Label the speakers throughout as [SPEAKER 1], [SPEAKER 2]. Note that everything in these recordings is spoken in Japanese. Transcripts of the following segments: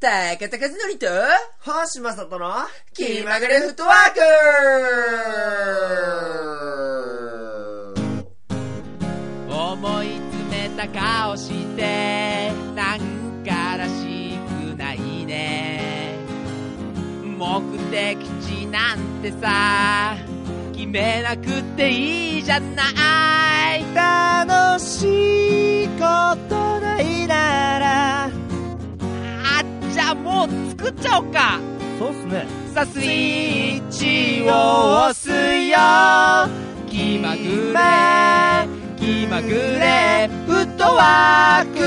[SPEAKER 1] たかたかずのりと、
[SPEAKER 2] 星正人の
[SPEAKER 1] 気
[SPEAKER 2] 気
[SPEAKER 1] ま
[SPEAKER 2] ま
[SPEAKER 1] ぐ
[SPEAKER 2] ぐ
[SPEAKER 1] れ
[SPEAKER 2] れ
[SPEAKER 1] フ
[SPEAKER 2] フ
[SPEAKER 1] ッ
[SPEAKER 2] ッ
[SPEAKER 1] ト
[SPEAKER 2] トワ
[SPEAKER 1] ワー
[SPEAKER 2] ーク
[SPEAKER 1] ク
[SPEAKER 3] 思い詰めた顔してなんからしくないね目的地なんてさ決めなくていいじゃない楽しいことないならあじゃあもう作っちゃおうか
[SPEAKER 2] そうっすね
[SPEAKER 3] さあスイッチを押すよ気まぐれ気まぐれフットワーク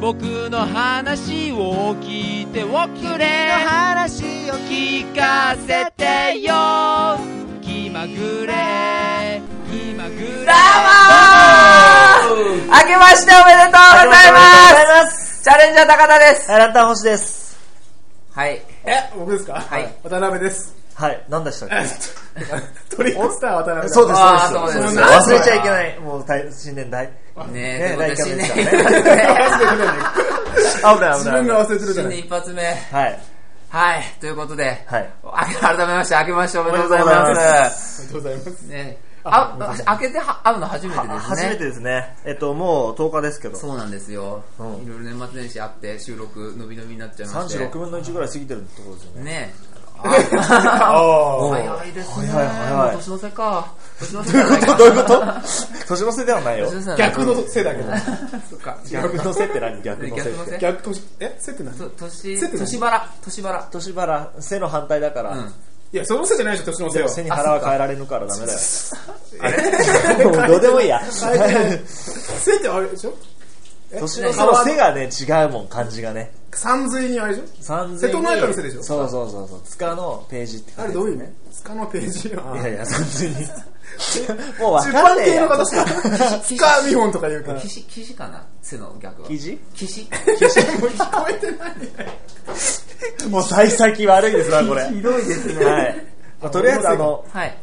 [SPEAKER 3] 僕の話を聞いておくれ
[SPEAKER 2] 話を
[SPEAKER 3] 聞かせてよ気まぐれ気まぐれ
[SPEAKER 1] 明けましておめでとうございます
[SPEAKER 2] す
[SPEAKER 1] チャレンジャー高田です
[SPEAKER 2] あなた星です
[SPEAKER 1] はい。。
[SPEAKER 4] え、僕ですかはい渡辺 です。
[SPEAKER 2] はい何でしたっけ
[SPEAKER 4] トリックスター渡辺
[SPEAKER 2] そうです
[SPEAKER 1] あー
[SPEAKER 2] そうです
[SPEAKER 1] そうです
[SPEAKER 2] そうです忘れちゃいけないもう大新年大
[SPEAKER 1] ね
[SPEAKER 2] ね
[SPEAKER 1] え、ということで
[SPEAKER 2] 大
[SPEAKER 1] 新
[SPEAKER 2] キャベツだね
[SPEAKER 1] 年、
[SPEAKER 2] 危ない危
[SPEAKER 4] 自
[SPEAKER 2] ない危な
[SPEAKER 4] 分が
[SPEAKER 2] い
[SPEAKER 4] 忘れてるじゃな
[SPEAKER 1] 新年
[SPEAKER 4] い。
[SPEAKER 1] 一発目。
[SPEAKER 2] はい
[SPEAKER 1] はい、ということで、
[SPEAKER 2] はい
[SPEAKER 1] あけ改めまして、明けましておめでとうござい
[SPEAKER 2] おめでとうございます
[SPEAKER 4] あ
[SPEAKER 1] ま。
[SPEAKER 4] りがとうございます。
[SPEAKER 1] ねあ、あ明けては会うの初めてですね。
[SPEAKER 2] 初めてですねえっともう10日ですけど
[SPEAKER 1] そうなんですよ。
[SPEAKER 2] うん
[SPEAKER 1] いろいろ年末年始あって、収録、伸び伸びになっちゃいまして。
[SPEAKER 2] 36分の1ぐらい過ぎてるってことですよ ね
[SPEAKER 1] ね
[SPEAKER 4] あ
[SPEAKER 1] あ
[SPEAKER 4] あ。
[SPEAKER 1] 早いですね。
[SPEAKER 2] 早い早い
[SPEAKER 1] もう年の瀬か。年の瀬
[SPEAKER 2] どういう
[SPEAKER 1] じゃない
[SPEAKER 2] こ
[SPEAKER 1] か
[SPEAKER 2] とどういうこと年の瀬ではないよ
[SPEAKER 1] 年の瀬じゃない
[SPEAKER 4] 逆のせいだけど。
[SPEAKER 1] そっか。
[SPEAKER 2] 逆の瀬って何逆の瀬
[SPEAKER 1] 逆の
[SPEAKER 2] っ
[SPEAKER 1] 瀬
[SPEAKER 2] て
[SPEAKER 4] 逆とし、え、せって何い
[SPEAKER 1] と年、
[SPEAKER 4] せって何
[SPEAKER 1] 年腹。年腹。
[SPEAKER 2] 年腹背の反対だから、
[SPEAKER 1] うん。
[SPEAKER 4] や、そのせいじゃないでしょ、年のせ
[SPEAKER 2] で
[SPEAKER 4] い
[SPEAKER 2] も
[SPEAKER 4] は。
[SPEAKER 2] 背に腹は変えられぬからダメだよ
[SPEAKER 1] あれ
[SPEAKER 2] も うどうでもいいや
[SPEAKER 4] せってあれでしょ
[SPEAKER 2] 年の差の背がね違うもん漢字がね
[SPEAKER 4] 三髄にあれでし
[SPEAKER 2] 3000
[SPEAKER 4] 瀬戸内海の背でしょ
[SPEAKER 2] そうそうそうそう塚のページって書い
[SPEAKER 4] ょあ
[SPEAKER 2] て
[SPEAKER 4] れどういう意味スカのページ
[SPEAKER 2] いやい
[SPEAKER 4] は。
[SPEAKER 2] や3000にもう分
[SPEAKER 4] 出
[SPEAKER 2] かん
[SPEAKER 4] 版
[SPEAKER 2] ねえ
[SPEAKER 4] 系の
[SPEAKER 2] や
[SPEAKER 4] 方しか。スカ見本とか言うから。
[SPEAKER 1] 岸、岸かな背の逆は。
[SPEAKER 2] 記事
[SPEAKER 1] 岸
[SPEAKER 4] もう聞こえてな い。
[SPEAKER 2] もう幸先悪いですなこれ
[SPEAKER 1] ひどいですね。
[SPEAKER 2] はい、まあ、とりあえずあの
[SPEAKER 1] はい。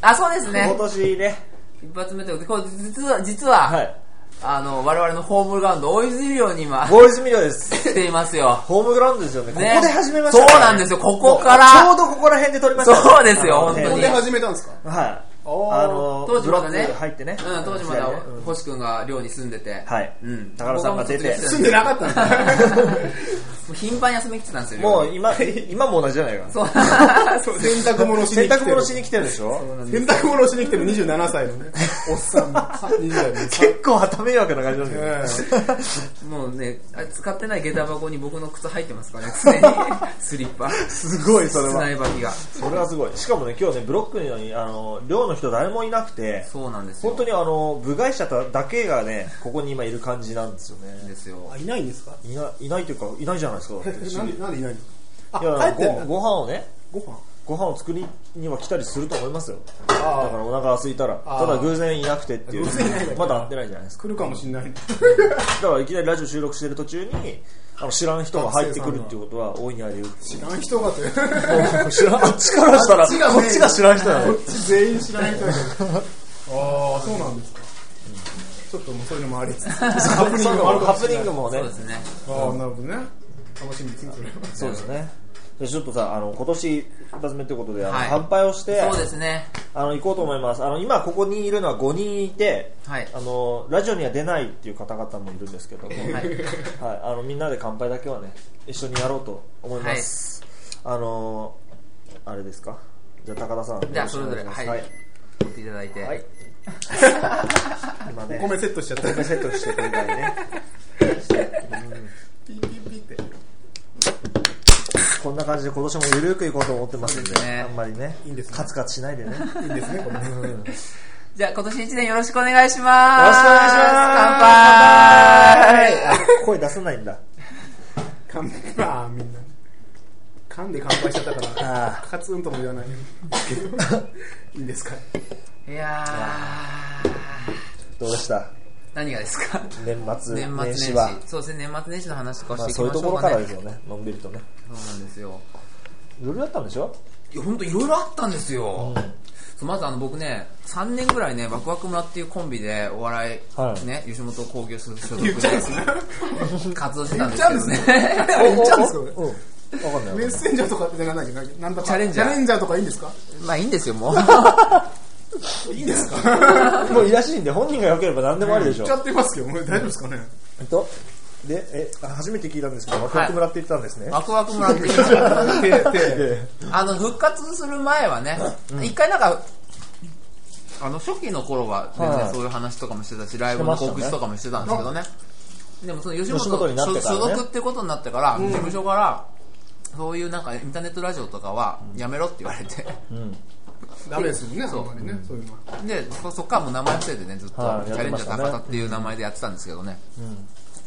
[SPEAKER 1] あ、そうですね
[SPEAKER 2] 今。年ね
[SPEAKER 1] 一発目ということで、これ実は、実は、
[SPEAKER 2] はい
[SPEAKER 1] あの、我々のホームグラウンド、大泉寮に今、
[SPEAKER 2] ボーイズミリオです
[SPEAKER 1] 来ていますよ。
[SPEAKER 2] ホームグラウンドですよね
[SPEAKER 1] ね
[SPEAKER 2] ここで始めましたからね
[SPEAKER 1] そうなんですよここから
[SPEAKER 2] ちょうどここら辺で撮りましたね
[SPEAKER 1] そうですよ
[SPEAKER 2] あのね
[SPEAKER 1] 本
[SPEAKER 4] こ
[SPEAKER 1] 当
[SPEAKER 4] こ
[SPEAKER 1] に
[SPEAKER 4] で始めたんですか
[SPEAKER 2] はい
[SPEAKER 4] おー
[SPEAKER 2] あの
[SPEAKER 1] 当時まだ
[SPEAKER 2] ブロッ
[SPEAKER 1] ね
[SPEAKER 2] ク、入ってね
[SPEAKER 1] うん、当時まだ
[SPEAKER 2] ねうん
[SPEAKER 1] 星くんが寮に住んでて、
[SPEAKER 2] はい
[SPEAKER 1] うん。
[SPEAKER 2] 高田さんが出て
[SPEAKER 1] 僕はもう
[SPEAKER 4] 住んでなかったんだ。
[SPEAKER 1] もう頻繁に遊びに来てたんですよ。
[SPEAKER 2] もう
[SPEAKER 1] 寮に
[SPEAKER 2] 今 今も同じじゃないか
[SPEAKER 1] そう。そう
[SPEAKER 4] 洗濯物し
[SPEAKER 2] 洗
[SPEAKER 4] に来てる。
[SPEAKER 2] 濯物しに来てるでしょ
[SPEAKER 4] 洗濯物をしに来てる27歳のね、おっさん、20代のおっさん
[SPEAKER 2] 結構旗迷惑な感じなんですけどね
[SPEAKER 1] もうね、あれ使ってない下駄箱に僕の靴入ってますからね、常 に。スリッパ。
[SPEAKER 2] すごいそれ
[SPEAKER 1] 室
[SPEAKER 2] は
[SPEAKER 1] 内履きが。
[SPEAKER 2] それはすごいしかもね今日ねブロックにあの寮の人誰もいなくて
[SPEAKER 1] そうなんですよ。
[SPEAKER 2] 本当にあの部外者だけがねここに今いる感じなんですよね
[SPEAKER 1] ですよ。
[SPEAKER 4] あいないんですか
[SPEAKER 2] いないないというかいないじゃないですかだって 不
[SPEAKER 4] な
[SPEAKER 2] 思議
[SPEAKER 4] んで、なんでいないんですか
[SPEAKER 2] いや
[SPEAKER 4] あ、帰ってんだ
[SPEAKER 2] ごご飯をね
[SPEAKER 4] ご飯
[SPEAKER 2] ご飯を作りには来たりすると思いますよだから
[SPEAKER 4] あ
[SPEAKER 2] お腹が空いたら
[SPEAKER 4] あー
[SPEAKER 2] ただ偶然いなくてっていう
[SPEAKER 4] 偶然いないだけ
[SPEAKER 2] まだ会ってないじゃないです
[SPEAKER 4] あ、
[SPEAKER 2] か
[SPEAKER 4] 来るかもしんない。
[SPEAKER 2] だからいきなりラジオ収録してる途中にあの知らん人が入ってくるっていうことは大いにあり得る
[SPEAKER 4] 知らん人がという。
[SPEAKER 2] もう知らんこっちからしたら
[SPEAKER 4] あっちがね
[SPEAKER 2] こっちが知らん人な
[SPEAKER 4] こ
[SPEAKER 2] の
[SPEAKER 4] っち全員知らない人だけど。ああ、そうなんですか。ちょっともうそういうのもありつつ。ハプニングもあるか
[SPEAKER 2] ハ
[SPEAKER 4] もし
[SPEAKER 2] プニ
[SPEAKER 4] れな
[SPEAKER 2] ン
[SPEAKER 4] い。
[SPEAKER 2] グもね
[SPEAKER 1] そうですね。
[SPEAKER 4] ああ、なるほどね。楽しみですね、それは。
[SPEAKER 2] そうですねでちょっとさあの今年一発目ということであの、
[SPEAKER 1] はい
[SPEAKER 2] 乾杯をして
[SPEAKER 1] そうですね。
[SPEAKER 2] あの行こうと思いますあの今ここにいるのは5人いて
[SPEAKER 1] はい。
[SPEAKER 2] あのラジオには出ないっていう方々もいるんですけども、 はい
[SPEAKER 1] はい。
[SPEAKER 2] あのみんなで乾杯だけはね一緒にやろうと思います、あのあれですかじゃあ高田さん
[SPEAKER 1] じゃあ、それぞれ、
[SPEAKER 2] よろしく
[SPEAKER 1] はい。
[SPEAKER 2] お願いし
[SPEAKER 1] 持っていただいて。
[SPEAKER 2] ますはい、はい、 今ね
[SPEAKER 4] お米セットしちゃった。
[SPEAKER 2] セットしてくれたりね
[SPEAKER 4] ピーピーピーって。
[SPEAKER 2] こんな感じで今年もゆるくいこうと思ってますんで
[SPEAKER 1] そうですね
[SPEAKER 2] あんまりね
[SPEAKER 4] いいんですね
[SPEAKER 2] カツカツしないでねよろしく
[SPEAKER 4] いいですね、これね。
[SPEAKER 1] じゃあ、今年一年よろしくお願い
[SPEAKER 2] お願いします
[SPEAKER 1] します。乾杯
[SPEAKER 2] あ声出さないんだ
[SPEAKER 4] 乾杯。ああ、みんな。噛んで乾杯しちゃったから。
[SPEAKER 2] あ
[SPEAKER 4] カツンとも言わない いいんですか
[SPEAKER 1] いやー、
[SPEAKER 2] ーどうでした
[SPEAKER 1] 何がですか
[SPEAKER 2] 年末
[SPEAKER 1] 年末年
[SPEAKER 2] 始
[SPEAKER 1] 始
[SPEAKER 2] は
[SPEAKER 1] そうですね、年末年始の話とか
[SPEAKER 2] ま
[SPEAKER 1] し
[SPEAKER 2] あ、
[SPEAKER 1] ていき
[SPEAKER 2] そういう
[SPEAKER 1] ま
[SPEAKER 2] と
[SPEAKER 1] し
[SPEAKER 2] こ
[SPEAKER 1] ょ
[SPEAKER 2] ろ
[SPEAKER 1] う
[SPEAKER 2] か
[SPEAKER 1] からね
[SPEAKER 2] です。よねのんびりとね
[SPEAKER 1] そうなんですよ。
[SPEAKER 2] 夜だったんでしょ
[SPEAKER 1] いいや本当いろいろあったんですよ、そうまずあの僕ね3年ぐらいねワクワク村っていうコンビでお笑い、
[SPEAKER 2] はい
[SPEAKER 1] ね吉本興業所属
[SPEAKER 4] 言っちゃうんです
[SPEAKER 1] で
[SPEAKER 4] ね。
[SPEAKER 1] 活動してたんですけどね
[SPEAKER 4] 言っちゃうんですか
[SPEAKER 2] うん。わかんないわかん
[SPEAKER 4] メ
[SPEAKER 2] な
[SPEAKER 4] ッ
[SPEAKER 2] い。
[SPEAKER 4] センジャーとかってなんだっけなんだか
[SPEAKER 1] チャレンジャー
[SPEAKER 4] チャレンジャーとかいいんですか
[SPEAKER 1] まあいいんです よもう
[SPEAKER 4] いいんです か
[SPEAKER 2] もういいらしいんで、本人が良ければ何でもありでし
[SPEAKER 4] 言
[SPEAKER 2] ょ
[SPEAKER 4] っち。ゃってますけど、もう大丈夫ですかね
[SPEAKER 2] えっと、で、え、あ初めて聞いたんですけど、ワクワク村って言ってたんですね。
[SPEAKER 1] ワクワク村っていう
[SPEAKER 2] で
[SPEAKER 1] あの復活する前はね一、回なんかあの初期の頃は全
[SPEAKER 2] は
[SPEAKER 1] 然
[SPEAKER 2] い
[SPEAKER 1] そういう話とかもしてたし、ライブの告知とかもしてたんですけどねでもその吉本
[SPEAKER 2] 吉本になってからね
[SPEAKER 1] 所所属ってことになってから、事務所からそういうなんかインターネットラジオとかはやめろって言われて、
[SPEAKER 4] ダメですもんね、そ
[SPEAKER 1] そうん
[SPEAKER 4] なにね。そういうのは。
[SPEAKER 1] でそそっからもう名前伏せてねずっと、
[SPEAKER 2] はい
[SPEAKER 1] チ
[SPEAKER 2] やっ
[SPEAKER 1] ャ
[SPEAKER 2] て
[SPEAKER 1] レン
[SPEAKER 2] ま
[SPEAKER 1] ジャ
[SPEAKER 2] した
[SPEAKER 1] ー
[SPEAKER 2] ね
[SPEAKER 1] 高田っていう名前でやってたんですけどね、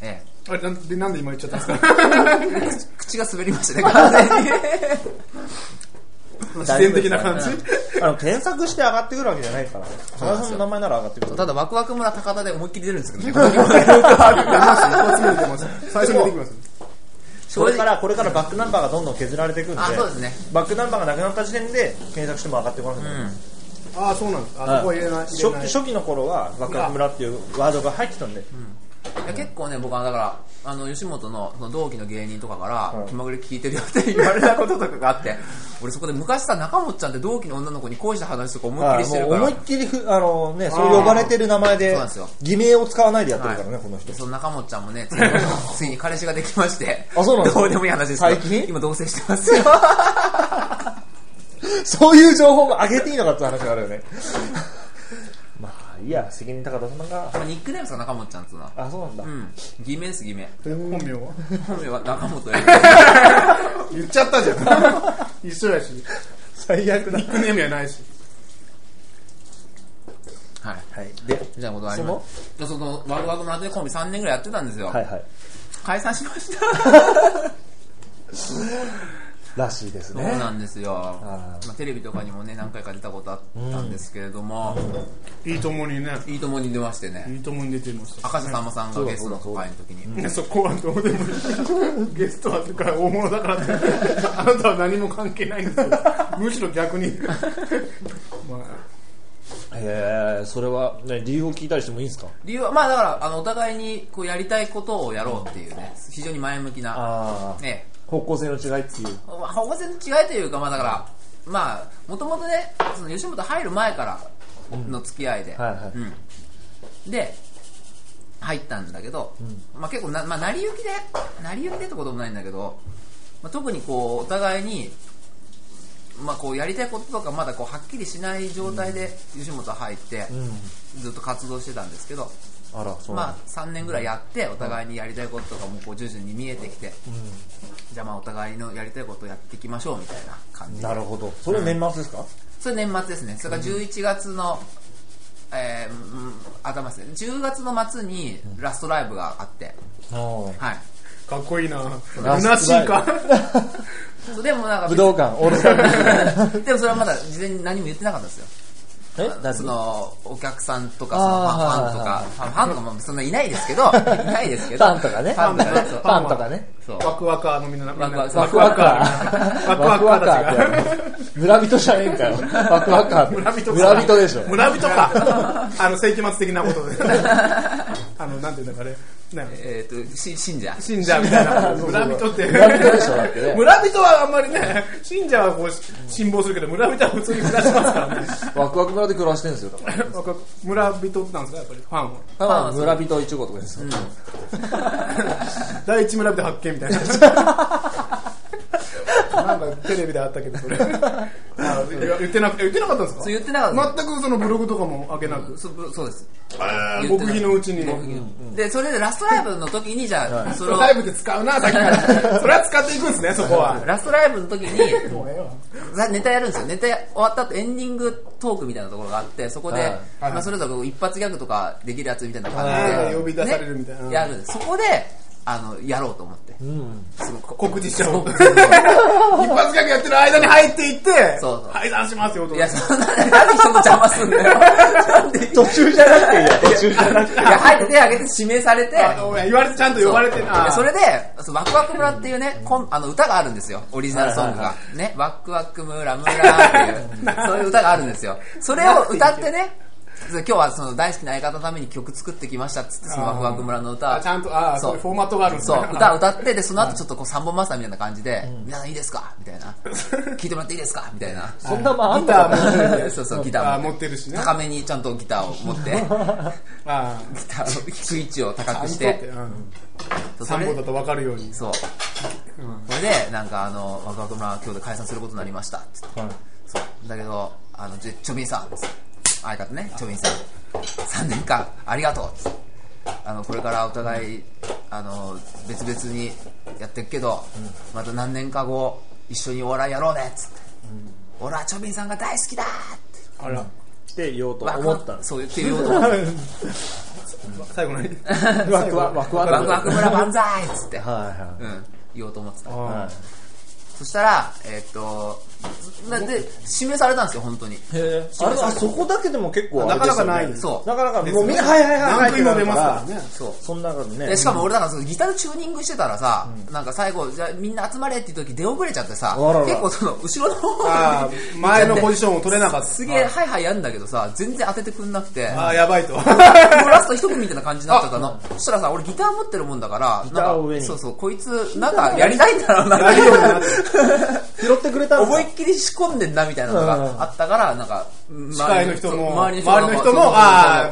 [SPEAKER 1] ええ
[SPEAKER 4] あれ、なんで、なんで今言っちゃったん ですか
[SPEAKER 1] 口が滑りましたね完全に
[SPEAKER 4] 自然的な感じ
[SPEAKER 1] 大丈夫
[SPEAKER 2] あの、検索して上がってくるわけじゃないから。田中さんの名前なら上がってくる。
[SPEAKER 1] ただワクワク村高田で思いっきり出るんですけど ね
[SPEAKER 4] 一発目出てます。最初に出てきます。
[SPEAKER 2] これから、これからバックナンバーがどんどん削られていくんで、
[SPEAKER 1] あそうですね
[SPEAKER 2] バックナンバーがなくなった時点で検索しても上がってこなくなる。
[SPEAKER 4] ああ、そうなんです。あそこは入れない。
[SPEAKER 2] 初
[SPEAKER 4] 入れない
[SPEAKER 2] 期初期の頃は、ワクワク村っていうワードが入ってたんで、
[SPEAKER 1] いや結構ね僕はだからあの吉本のその同期の芸人とかか
[SPEAKER 2] は
[SPEAKER 1] ら
[SPEAKER 2] い
[SPEAKER 1] 「気まぐれ聞いてるよ」って言われたこととかがあって俺そこで昔さ中本ちゃんって同期の女の子に恋した話とか思いっき
[SPEAKER 2] は
[SPEAKER 1] り
[SPEAKER 2] い
[SPEAKER 1] して
[SPEAKER 2] も
[SPEAKER 1] る
[SPEAKER 2] う
[SPEAKER 1] か
[SPEAKER 2] 思
[SPEAKER 1] ら
[SPEAKER 2] いっきりふ、あのね、そう呼ばれてる名前
[SPEAKER 1] そう
[SPEAKER 2] で
[SPEAKER 1] なんですよ、
[SPEAKER 2] 偽名を使わないでやってるからね、
[SPEAKER 1] はい
[SPEAKER 2] この人
[SPEAKER 1] で。その中本ちゃんもねついについに彼氏ができまして
[SPEAKER 2] あそうなんですか
[SPEAKER 1] どうでもいい話ですけど
[SPEAKER 2] 最近
[SPEAKER 1] 今同棲してますよ
[SPEAKER 2] そういう情報も上げていいのかって話があるよね。 まあ、いいや、責任高田様が、
[SPEAKER 1] ニックネームさ中本ちゃんっつうのは
[SPEAKER 2] あ、そうなんだ
[SPEAKER 1] う。ん偽名です偽名
[SPEAKER 4] 本名は
[SPEAKER 1] 本名は中本よ
[SPEAKER 4] 言っちゃった じゃん。一緒やし。ニ
[SPEAKER 2] 最悪だ。
[SPEAKER 4] ックネームやないし。
[SPEAKER 1] はい
[SPEAKER 2] はい。で、
[SPEAKER 1] じゃあことはありますそのワグワグの後でコンビ3年ぐらいやってたんですよ、
[SPEAKER 2] はいはい。
[SPEAKER 1] 解散しました
[SPEAKER 2] らしいです
[SPEAKER 1] そう
[SPEAKER 2] ね。
[SPEAKER 1] なんですよ、ま
[SPEAKER 2] ー
[SPEAKER 1] あ、テレビとかにもね何回か出たことあったんですけれども「
[SPEAKER 4] いいともにね。
[SPEAKER 1] いいとも!」に出ましてね
[SPEAKER 4] いいともに出てました。
[SPEAKER 1] 赤瀬さんまさんがゲストの会の時に
[SPEAKER 4] ねそこはどうでもいい。ゲストはだから大物だからって。あなたは何も関係ないん ですよ。むしろ逆 に。ま
[SPEAKER 2] へえ、それは、ね、理由を聞いたりしてもいいんですか
[SPEAKER 1] 理由はまあだからあのお互いにこうやりたいことをやろうっていうね非常に前向きな、
[SPEAKER 2] ああ、
[SPEAKER 1] ね
[SPEAKER 2] 方向性の違いっていう。
[SPEAKER 1] まあ、方向性の違いというかまあだからまあもともとねその吉本入る前からの付き合いで、
[SPEAKER 2] はいはい
[SPEAKER 1] うん、で入ったんだけど、まあ、結構な、まあ、成り行きで成り行きでってこともないんだけど、まあ、特にこうお互いに、まあ、こうやりたいこととかまだこうはっきりしない状態で吉本入って、
[SPEAKER 2] うん。
[SPEAKER 1] ずっと活動してたんですけど、
[SPEAKER 2] あら、そうなん
[SPEAKER 1] ま
[SPEAKER 2] だ。
[SPEAKER 1] あ、3年ぐらいやってお互いにやりたいこととかもこう徐々に見えてきて、じゃあまあお互いのやりたいことをやっていきましょうみたいな感じで
[SPEAKER 2] なるほど。それ年末ですか
[SPEAKER 1] それ年末ですねそれが11月の、えーうん頭ですね10月の末にラストライブがあって、
[SPEAKER 2] あ
[SPEAKER 1] はい
[SPEAKER 4] あ、かっこいい な。
[SPEAKER 2] ラスト
[SPEAKER 4] なしいか。
[SPEAKER 1] そうでもなんか
[SPEAKER 2] 武道館、オールスター
[SPEAKER 1] でもそれはまだ事前に何も言ってなかったんですよ
[SPEAKER 2] え何
[SPEAKER 1] そのお客さんとかそ
[SPEAKER 2] あー
[SPEAKER 1] のファンファンとかファンとか もそんないないですけどいないですけ
[SPEAKER 2] フ
[SPEAKER 1] ど
[SPEAKER 2] ァンとかね。
[SPEAKER 1] ファンとかね
[SPEAKER 2] フ
[SPEAKER 1] そう
[SPEAKER 2] ァンとかね。
[SPEAKER 1] そう
[SPEAKER 4] ワクワカーのみんな。みんな
[SPEAKER 1] ワク
[SPEAKER 2] ワ
[SPEAKER 1] ワ
[SPEAKER 2] ク
[SPEAKER 1] ク
[SPEAKER 2] ワ
[SPEAKER 1] ワ
[SPEAKER 2] カ
[SPEAKER 1] カ
[SPEAKER 2] ー。
[SPEAKER 4] ーワクワカーだ
[SPEAKER 2] ー。村人じゃねえんかよ。ワクワカーって。
[SPEAKER 4] 村人か
[SPEAKER 2] 村人でしょ。
[SPEAKER 4] 村人か。 あの、世紀末的な ことで。あの、なんていうんだかね。なんか
[SPEAKER 1] えー、とし信者
[SPEAKER 4] 信者みたいな。 村人って。
[SPEAKER 2] 村人でしょ、だってね。
[SPEAKER 4] 村人はあんまりね、信者はこうし辛抱するけど、村人は普通に暮らしますからね。
[SPEAKER 2] ワクワク村で暮らしてるんですよ。だから
[SPEAKER 4] わか村人ってなんですか、やっぱり、ファンは。
[SPEAKER 2] ファンは村人一号とかですよ。
[SPEAKER 4] 第一村人発見みた いな。なんかテレビであったけど、それ。あ言ってなくて、言ってなかったんですか
[SPEAKER 1] そう言ってなかった
[SPEAKER 4] 全くそのブログとかも開けなく。
[SPEAKER 1] そうそうです言って
[SPEAKER 4] 極
[SPEAKER 1] なか
[SPEAKER 4] 秘
[SPEAKER 1] った
[SPEAKER 4] のうちに。
[SPEAKER 1] でそれでラストライブの時にじゃあそれを
[SPEAKER 4] ライブで使うな、さっきから。それは使っていくんですね、そこ は。
[SPEAKER 1] ラストライブの時に
[SPEAKER 4] もうええわ
[SPEAKER 1] さネタやるんですよネタ終わった後エンディングトークみたいなところがあってそこで、
[SPEAKER 2] はい
[SPEAKER 1] まあ、それぞれこう一発ギャグとかできるやつみたいな感
[SPEAKER 4] なん
[SPEAKER 1] じ
[SPEAKER 4] か
[SPEAKER 1] で
[SPEAKER 4] 呼び出されるみたいな。
[SPEAKER 1] やるんですそこであのやろうと思って
[SPEAKER 2] うん
[SPEAKER 1] そのこ
[SPEAKER 4] 告知しちゃおう
[SPEAKER 1] そう
[SPEAKER 4] 一発ギャグやってる間に入っていって、
[SPEAKER 1] そうそう
[SPEAKER 4] 解散しますよと。
[SPEAKER 1] いやそんななんで人の邪魔すんだ よなんでい
[SPEAKER 2] 途中じゃなくていいよ 途中じゃなくて
[SPEAKER 1] や入ってあげて指名されて
[SPEAKER 4] あの言われて、ちゃんと呼ばれて
[SPEAKER 1] いや
[SPEAKER 4] な。
[SPEAKER 1] それで、そうワクワク村っていうね、コンあの歌があるんですよ、オリジナルソングが
[SPEAKER 2] は。
[SPEAKER 1] ね、ワクワク村村っ ていう、そういう歌があるんですよ。それを歌ってね、そう今日はその大好きな相方のために曲作ってきましたっつって、そのワクワク村の歌
[SPEAKER 4] あちゃんと、ああ、そ
[SPEAKER 1] そ
[SPEAKER 4] うういうフォーマットがあるんです
[SPEAKER 1] そ
[SPEAKER 4] ね
[SPEAKER 1] う、歌を 歌って、で、その後ちょっとこう三本マスターみたいな感じで、皆さんいいですかみたいな。聞いてもらっていいですかみたいな。
[SPEAKER 2] そんなまああん
[SPEAKER 4] ギ
[SPEAKER 2] の
[SPEAKER 4] タ
[SPEAKER 2] か
[SPEAKER 4] ー持ってる
[SPEAKER 1] そうそう、ギタ
[SPEAKER 4] あ
[SPEAKER 1] ー
[SPEAKER 4] ー
[SPEAKER 1] も
[SPEAKER 4] 持ってるしね。
[SPEAKER 1] 高めにちゃんとギターを 持って、ギ
[SPEAKER 4] あ
[SPEAKER 1] ターを弾く位置を高
[SPEAKER 4] あ、
[SPEAKER 1] く
[SPEAKER 4] あん
[SPEAKER 1] し
[SPEAKER 4] と
[SPEAKER 1] て、
[SPEAKER 4] ってうん
[SPEAKER 1] そうそ
[SPEAKER 4] 三
[SPEAKER 1] れ
[SPEAKER 4] 本だと分かるように。
[SPEAKER 1] そう。
[SPEAKER 4] うん
[SPEAKER 1] それで、なんかあの、ワクワク村今日で解散することになりました。つって
[SPEAKER 2] はい
[SPEAKER 1] そう。だけど、あの、ちょ、ちょびんさん。相方ね、ちょびんさん。3年間、ありがとう。つってあの、これからお互い、あの、別々にやっていくけど、また何年か後、一緒にお笑いやろうね。つって。俺はちょびんさんが大好きだって
[SPEAKER 4] あら、
[SPEAKER 2] って言おうと
[SPEAKER 1] ワク
[SPEAKER 2] 思
[SPEAKER 1] ワ
[SPEAKER 2] った
[SPEAKER 1] クそう言ってるようと思って
[SPEAKER 4] 最後何
[SPEAKER 2] ワクワクワ クワク
[SPEAKER 1] ワクワク村万歳っつって、
[SPEAKER 2] は
[SPEAKER 1] うん、言おうと思ってた
[SPEAKER 2] いはいは
[SPEAKER 1] そしたら、えーっと、なで、指名されたんですよ、本当に。
[SPEAKER 2] いへえあれあそこだけでも結構あ
[SPEAKER 4] な
[SPEAKER 2] れ
[SPEAKER 4] か
[SPEAKER 2] で
[SPEAKER 4] な
[SPEAKER 2] す
[SPEAKER 4] か
[SPEAKER 2] よね
[SPEAKER 4] ない。
[SPEAKER 1] そう。
[SPEAKER 2] なかなかもうみんなはいはいはいはい
[SPEAKER 4] 何
[SPEAKER 2] っ
[SPEAKER 4] 回
[SPEAKER 2] て
[SPEAKER 4] も
[SPEAKER 2] な
[SPEAKER 4] 出
[SPEAKER 2] る
[SPEAKER 4] ます
[SPEAKER 2] ら
[SPEAKER 4] からね。
[SPEAKER 1] そう。
[SPEAKER 2] そんな中でね
[SPEAKER 1] でしかも俺なんかそのギターのチューニングしてたらさ、なんか最後、じゃあみんな集まれっていう時出遅れちゃってさ、
[SPEAKER 2] あらら
[SPEAKER 1] 結構その後ろの方
[SPEAKER 4] あ
[SPEAKER 1] に
[SPEAKER 4] あ、前のポジションを取れなかった。
[SPEAKER 1] すげえハイハイやるんだけどさ、全然当ててくんなくて、
[SPEAKER 4] ああ、やばいと。
[SPEAKER 1] もうラスト一組みたいな感じになっちゃったの。そしたらさ、俺ギター持ってるもんだから、
[SPEAKER 2] ターを
[SPEAKER 1] なん
[SPEAKER 2] 上
[SPEAKER 1] か
[SPEAKER 2] に
[SPEAKER 1] そうそう、こいつなんかやりたいんだろうな
[SPEAKER 4] やるようになって。
[SPEAKER 2] 拾ってくれたんです
[SPEAKER 1] 思いっきり仕込んでんなみたいなのがあったから、なんか、
[SPEAKER 4] 司会の人も、
[SPEAKER 1] 周
[SPEAKER 4] 周
[SPEAKER 1] り
[SPEAKER 4] り
[SPEAKER 1] の人も
[SPEAKER 4] の人も、
[SPEAKER 1] そうそうそう
[SPEAKER 4] ああ、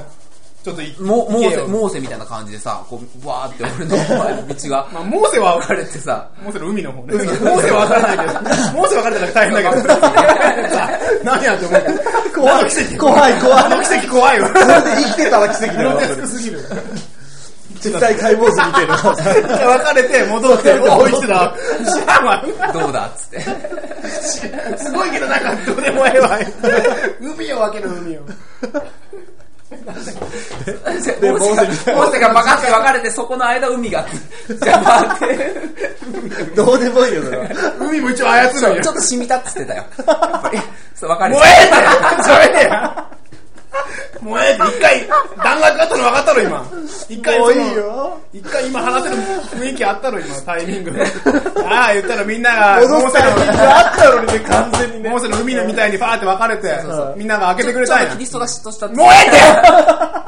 [SPEAKER 4] ちょっとい、
[SPEAKER 1] モモ
[SPEAKER 4] い
[SPEAKER 1] ー
[SPEAKER 4] け
[SPEAKER 1] セ、
[SPEAKER 4] よ
[SPEAKER 1] モーセみたいな感じでさ、こう、わーって俺の前の道が
[SPEAKER 4] まあ、モーセは分
[SPEAKER 1] 分か
[SPEAKER 4] か
[SPEAKER 1] れ
[SPEAKER 4] る。
[SPEAKER 1] てさ、
[SPEAKER 4] モーセの海の方ね。モーセは分からないけど、モーセ分かれたら大変だけど。何やって思うけど。
[SPEAKER 2] 怖い 怖い怖い
[SPEAKER 4] あの奇跡怖いわ。
[SPEAKER 2] 生きてたら奇跡だ
[SPEAKER 4] グ ロ
[SPEAKER 2] よ
[SPEAKER 4] テスクすぎる。
[SPEAKER 2] 絶対解剖図見てる
[SPEAKER 4] 別れて戻って、おい、生きてた。知らんわ。
[SPEAKER 1] どうだっつ って。
[SPEAKER 4] すごいけど、なんかどうでもええ わ。海を分ける海を。
[SPEAKER 1] で、モーセモーセがバカって分かれて、そこの間海が、じゃあ待 って、
[SPEAKER 2] どうでもいいよそれは
[SPEAKER 4] 海も一応操るんや
[SPEAKER 1] ちょ。っと染みたっつってたよ。やっぱ り、そう、分かれ
[SPEAKER 4] 燃
[SPEAKER 1] て。
[SPEAKER 4] えってそれ や燃えって一回弾丸があったの分かったろ今一回
[SPEAKER 2] も
[SPEAKER 4] そうの
[SPEAKER 2] いいよ
[SPEAKER 4] 一回今話せる雰囲気あったろ今タイミン グああ言ったらみんなが
[SPEAKER 2] 戻すタイミングがあったのにね完全にね
[SPEAKER 4] モーセの海のみたいにファーって分かれて
[SPEAKER 1] そうそう
[SPEAKER 4] みんなが開けてくれ
[SPEAKER 1] ちょ
[SPEAKER 4] たん
[SPEAKER 1] っと
[SPEAKER 4] や
[SPEAKER 1] キリストが嫉妬したっつって
[SPEAKER 4] 燃えて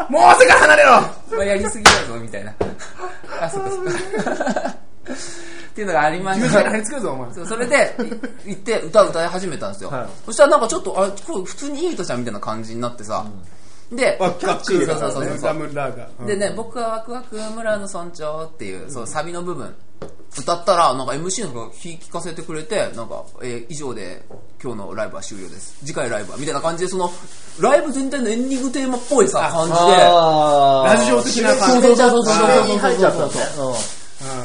[SPEAKER 4] モーセから離れろ
[SPEAKER 1] うわやりすぎだぞ、みたいな。あ、そっかそ っか。っていうのがありま
[SPEAKER 4] 友
[SPEAKER 1] し
[SPEAKER 4] 人に
[SPEAKER 1] た
[SPEAKER 4] 張り付くぞお前
[SPEAKER 1] そうそれでい行って歌歌い始めたんですよ、
[SPEAKER 2] はい
[SPEAKER 1] そしたらなんかちょっとあこれ普通にいい歌じゃんみたいな感じになってさ、で
[SPEAKER 4] あキャッチーだ
[SPEAKER 1] そうそうそうそう
[SPEAKER 4] ダムラーがうん
[SPEAKER 1] でね、僕はワクワク村の村長っていう、そう、サビの部分、歌ったら、なんか MC の人が弾きかせてくれて、なんか、えー以上で今日のライブは終了です。次回ライブは、みたいな感じで、その、ライブ全体のエンディングテーマっぽいさ、感じ
[SPEAKER 2] ラ
[SPEAKER 4] ラジオ的な
[SPEAKER 1] そ
[SPEAKER 4] 感
[SPEAKER 1] う
[SPEAKER 4] じ
[SPEAKER 1] そうそうそう
[SPEAKER 2] 自然に入っちゃったんですよ
[SPEAKER 1] で。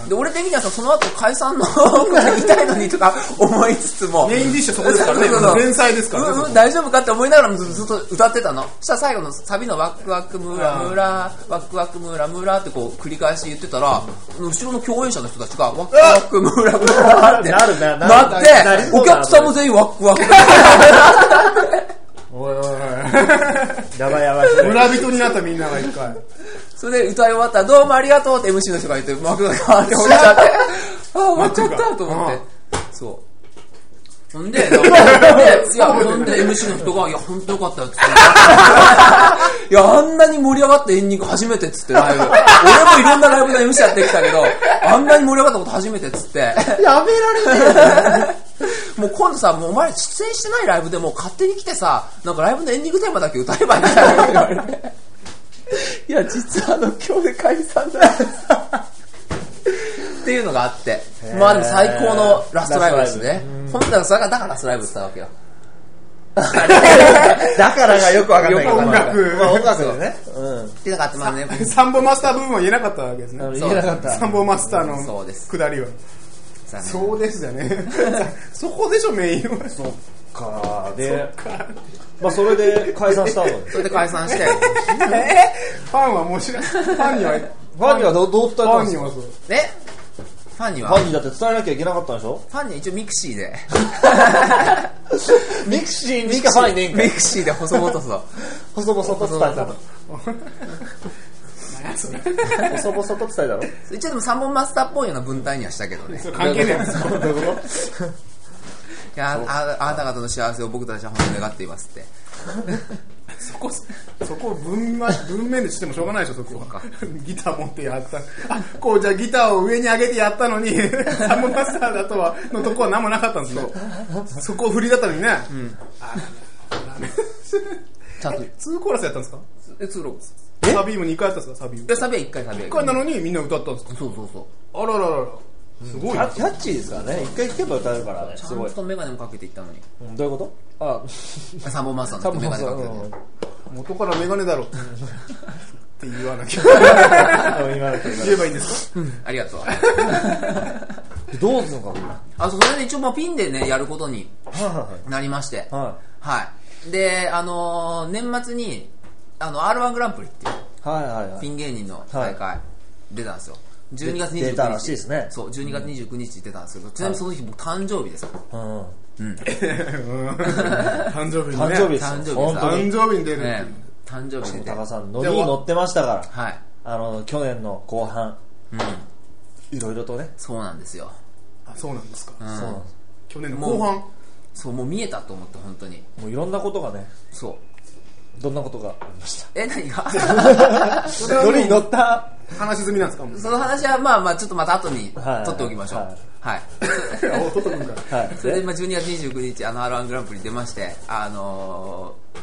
[SPEAKER 1] で、俺的にはさ、その後解散の こと言いたいのにとか思いつつも、
[SPEAKER 4] メインディッシュそこですからね
[SPEAKER 1] そうそうそう
[SPEAKER 4] 前菜ですからね
[SPEAKER 1] うん
[SPEAKER 4] そ
[SPEAKER 1] うん、
[SPEAKER 4] こ
[SPEAKER 1] 大丈夫かって思いながらもずずっと歌ってたの。そしたら最後のサビのワクワク村
[SPEAKER 4] うん
[SPEAKER 1] 村、ワクワク村村ってこう繰り返し言ってたら、後ろの共演者の人たちがワクワク村村って
[SPEAKER 2] なるなな
[SPEAKER 1] なって
[SPEAKER 2] なりそうだ、な
[SPEAKER 1] お客さんも全員ワクワク。
[SPEAKER 4] おいおいおい
[SPEAKER 2] やばいやばい
[SPEAKER 4] 村人になったみんなが一回
[SPEAKER 1] それで歌い終わったら、どうもありがとうって MC の人が言って、幕がガーって終わっ ちゃって、あ、終わっちゃったと思って。そう。ほんで、 なんかでいや、ほんで MC の人が、いや、ほんとよかったよっつって。 いや、あんなに盛り上がったエンディング初めてっつって、ライブ。俺もいろんなライブで MC やってきたけど、あんなに盛り上がったこと初めてっつって。
[SPEAKER 2] やめられね
[SPEAKER 1] もう今度さ、もうお前出演してないライブでもう勝手に来てさ、なんかライブのエンディングテーマだけ歌えばいいんじゃないかって言われて。いや、実はあの、今日で解散だ。っていうのがあって。まあでも最高のラストライブです
[SPEAKER 2] ラ
[SPEAKER 1] ね。本当はそれがだからラストライブって言ったわけよ。
[SPEAKER 2] えだからがよくわかんないけど
[SPEAKER 1] よくわかんない
[SPEAKER 2] まあ音楽だよねうん
[SPEAKER 1] っていうのがあって、まあね、
[SPEAKER 4] サンボマスター部分は言えなかったわけですね
[SPEAKER 2] あの言えなかった
[SPEAKER 4] サンボマスター
[SPEAKER 1] そ
[SPEAKER 4] の
[SPEAKER 1] うです
[SPEAKER 4] 下りは
[SPEAKER 1] さあね
[SPEAKER 4] そうですだね そこでしょメインは
[SPEAKER 2] そっかでまあそれで解散したの
[SPEAKER 1] それで解散して、
[SPEAKER 4] ファンはもう知らんファンには
[SPEAKER 2] ファンにはどどう伝え
[SPEAKER 4] フ
[SPEAKER 2] た
[SPEAKER 4] ァ
[SPEAKER 2] ん
[SPEAKER 4] ン
[SPEAKER 2] です
[SPEAKER 4] に
[SPEAKER 2] か
[SPEAKER 4] はそう
[SPEAKER 1] えファンに
[SPEAKER 2] フ
[SPEAKER 1] は
[SPEAKER 2] ァンにだって伝えなきゃいけなかったんでしょ
[SPEAKER 1] ファンには一応ミクシーで。
[SPEAKER 2] ミクシーにしかファンいねえんか
[SPEAKER 1] ミ
[SPEAKER 2] い
[SPEAKER 1] クシーで細々と。
[SPEAKER 2] 細々と伝えた の細々と伝えたの
[SPEAKER 1] 一応でも三本マスターっぽいような文体にはしたけどね。
[SPEAKER 4] それ関係ないです
[SPEAKER 2] どういうこ
[SPEAKER 1] いやあああなた方の幸せを僕たちは本当に願っていますって。
[SPEAKER 4] そこそこを文ま文面でしてもしょうがないでしょそこはギター持ってやったあこうじゃあギターを上に上げてやったのにサムマスターだとはのとこは何もなかったんですよそこを振りだったのにね、あららら
[SPEAKER 1] ちゃんと。
[SPEAKER 4] ツーコーラスやったんですか
[SPEAKER 1] え、通路。
[SPEAKER 4] サビも2回やったんですかサビ1
[SPEAKER 1] で、サビは一回サビは一
[SPEAKER 4] 回なのにみんな歌ったんですか
[SPEAKER 1] そうそうそう。
[SPEAKER 4] あららららすごい
[SPEAKER 2] と
[SPEAKER 4] な
[SPEAKER 2] キャッチーですからね一回聞けば歌えるからね
[SPEAKER 1] ち
[SPEAKER 2] す
[SPEAKER 1] ゃ
[SPEAKER 2] ご
[SPEAKER 1] ん
[SPEAKER 2] い
[SPEAKER 1] とメガネもかけていったのに。
[SPEAKER 2] うんどういうことあ
[SPEAKER 1] あ三本マスター
[SPEAKER 2] 多
[SPEAKER 1] のメ
[SPEAKER 2] 分
[SPEAKER 1] ガネ
[SPEAKER 2] そ
[SPEAKER 1] か
[SPEAKER 2] う
[SPEAKER 1] けてて。
[SPEAKER 4] 元からメガネだろって言わなきゃ
[SPEAKER 2] うん今の時
[SPEAKER 4] 言えばいいんですか
[SPEAKER 1] ありがとう。
[SPEAKER 2] どうすんのか
[SPEAKER 1] あ、そうそれで一応まあピンでね、やることに
[SPEAKER 2] は
[SPEAKER 1] なりまして。
[SPEAKER 2] いは
[SPEAKER 1] はい。で、あのー年末に、あの、R1 グランプリっていう。
[SPEAKER 2] いはいはい
[SPEAKER 1] ピン芸人の大会出たんですよ。12月29日。
[SPEAKER 2] 出たらしいですね
[SPEAKER 1] そう、12月29日出たんですけど、ちなみにその日僕誕生日です。
[SPEAKER 2] うん
[SPEAKER 4] うん 誕生日に
[SPEAKER 2] 誕
[SPEAKER 4] ね
[SPEAKER 2] 生日です
[SPEAKER 1] 誕生日です
[SPEAKER 2] よ本当に
[SPEAKER 4] 誕生日に出るっていう
[SPEAKER 1] ね、誕生日出て。
[SPEAKER 2] 高
[SPEAKER 1] は
[SPEAKER 2] さん乗りに乗ってましたから
[SPEAKER 1] い。
[SPEAKER 2] あの去年の後半
[SPEAKER 1] うん。
[SPEAKER 2] いろいろとね
[SPEAKER 1] そうなんですよ。
[SPEAKER 4] あそうなんですか、
[SPEAKER 1] うん
[SPEAKER 2] そうなんです
[SPEAKER 4] 去年の後半
[SPEAKER 1] そう、もう見えたと思って、本当に。
[SPEAKER 2] もういろんなことがね
[SPEAKER 1] そう。
[SPEAKER 2] どんなことがありました
[SPEAKER 1] え、何が
[SPEAKER 4] それは
[SPEAKER 2] 乗
[SPEAKER 4] もう
[SPEAKER 2] りに乗った
[SPEAKER 4] 話し済みなんですかもう
[SPEAKER 1] その話はまあまあ、ちょっとまた後に
[SPEAKER 2] はい
[SPEAKER 1] 取っておきましょう。はい。
[SPEAKER 4] おととくんから
[SPEAKER 2] はい
[SPEAKER 1] それで、まあ、12月29日、あの、R1 グランプリ出まして、あのー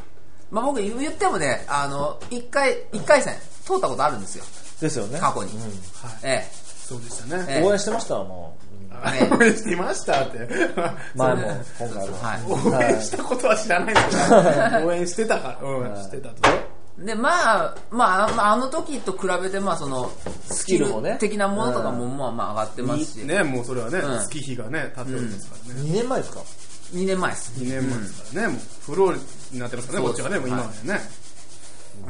[SPEAKER 1] まあ、僕言ってもね、あの、一回、一回戦、通ったことあるんですよ。
[SPEAKER 2] ですよね
[SPEAKER 1] 過去に
[SPEAKER 2] うん
[SPEAKER 1] え
[SPEAKER 4] そうでしたね、
[SPEAKER 1] ええ
[SPEAKER 2] 応援してましたも
[SPEAKER 1] え
[SPEAKER 4] 応援してましたって
[SPEAKER 2] う前も今回も
[SPEAKER 1] え。はい。
[SPEAKER 4] 応援したことは知らないですけど応援してたからうんしてたと
[SPEAKER 1] でまあ、まああまあ、あの時と比べてまあそのス
[SPEAKER 2] キルもね
[SPEAKER 1] 的なものとかも
[SPEAKER 2] うん
[SPEAKER 1] まあまあ上がってますし、
[SPEAKER 4] ねもうそれはね、
[SPEAKER 1] ん
[SPEAKER 4] 月日がね経ってるんですからね、
[SPEAKER 2] 2年前ですか
[SPEAKER 1] 2年前です
[SPEAKER 4] 2年前ですからね、もうフローになってますからね、こ
[SPEAKER 1] そう
[SPEAKER 4] っ
[SPEAKER 1] で
[SPEAKER 4] ちはね、
[SPEAKER 1] す
[SPEAKER 4] もう今は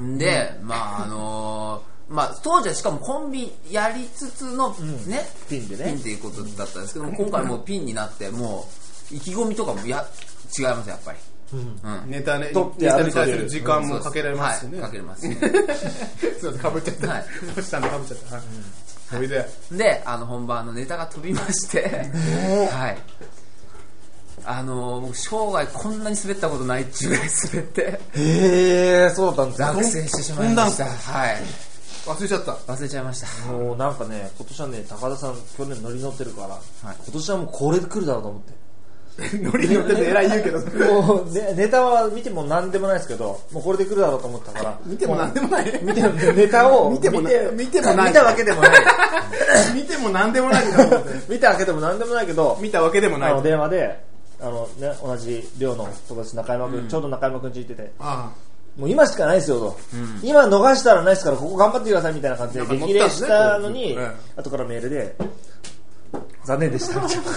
[SPEAKER 4] ね、
[SPEAKER 1] で、まああのーまあ、当時はしかもコンビやりつつの、ね
[SPEAKER 2] ピンでね
[SPEAKER 1] ピンっていうことだったんですけども今回もうピンになってもう意気込みとかもや違いますやっぱり、うん
[SPEAKER 4] ネタね、
[SPEAKER 2] 撮って
[SPEAKER 4] ネタに
[SPEAKER 2] あ
[SPEAKER 4] 対
[SPEAKER 2] る
[SPEAKER 4] する時間もかけられますし
[SPEAKER 1] は
[SPEAKER 4] ね、
[SPEAKER 1] い、かけれますし
[SPEAKER 4] すいません、かぶっちゃった、
[SPEAKER 1] はい
[SPEAKER 4] どうしたの、かぶっちゃった、はいそれで、
[SPEAKER 1] であの本番のネタが飛びまして、はいあのー僕生涯こんなに滑ったことないっちゅうぐらい滑って
[SPEAKER 2] へえそうだったんです
[SPEAKER 1] 落選してしまいましたはい
[SPEAKER 4] 忘れちゃった、
[SPEAKER 1] 忘れちゃいました
[SPEAKER 2] もうなんかね今年はね高田さん去年乗り乗ってるから、
[SPEAKER 1] い
[SPEAKER 2] 今年はもうこれで来るだろうと思って
[SPEAKER 4] ノリに乗ってて、偉い言うけど、
[SPEAKER 2] もう、ね、ネタは見ても何でもないですけどもうこれで来るだろうと思ったから
[SPEAKER 4] 見てもなんでもない、
[SPEAKER 2] 見てもネタを
[SPEAKER 4] 見てもな見てもない
[SPEAKER 2] 見たわけでもない
[SPEAKER 4] 見てもなんでもないけど、
[SPEAKER 2] 見たわけでも何でもないけど
[SPEAKER 4] 見たわけでもな
[SPEAKER 2] あ
[SPEAKER 4] い
[SPEAKER 2] の電話であの、ね、同じ寮の友達中山君、ちょうど中山君ち行ってて
[SPEAKER 4] あ
[SPEAKER 2] もう今しかないですよと、今逃したらないですからここ頑張ってくださいみたいな感じで
[SPEAKER 4] なんか乗っ
[SPEAKER 2] 激
[SPEAKER 4] たんで
[SPEAKER 2] 励
[SPEAKER 4] す
[SPEAKER 2] し
[SPEAKER 4] ね
[SPEAKER 2] たのに、
[SPEAKER 4] こうえ
[SPEAKER 2] 後からメールで残念で したみたいな
[SPEAKER 4] あ、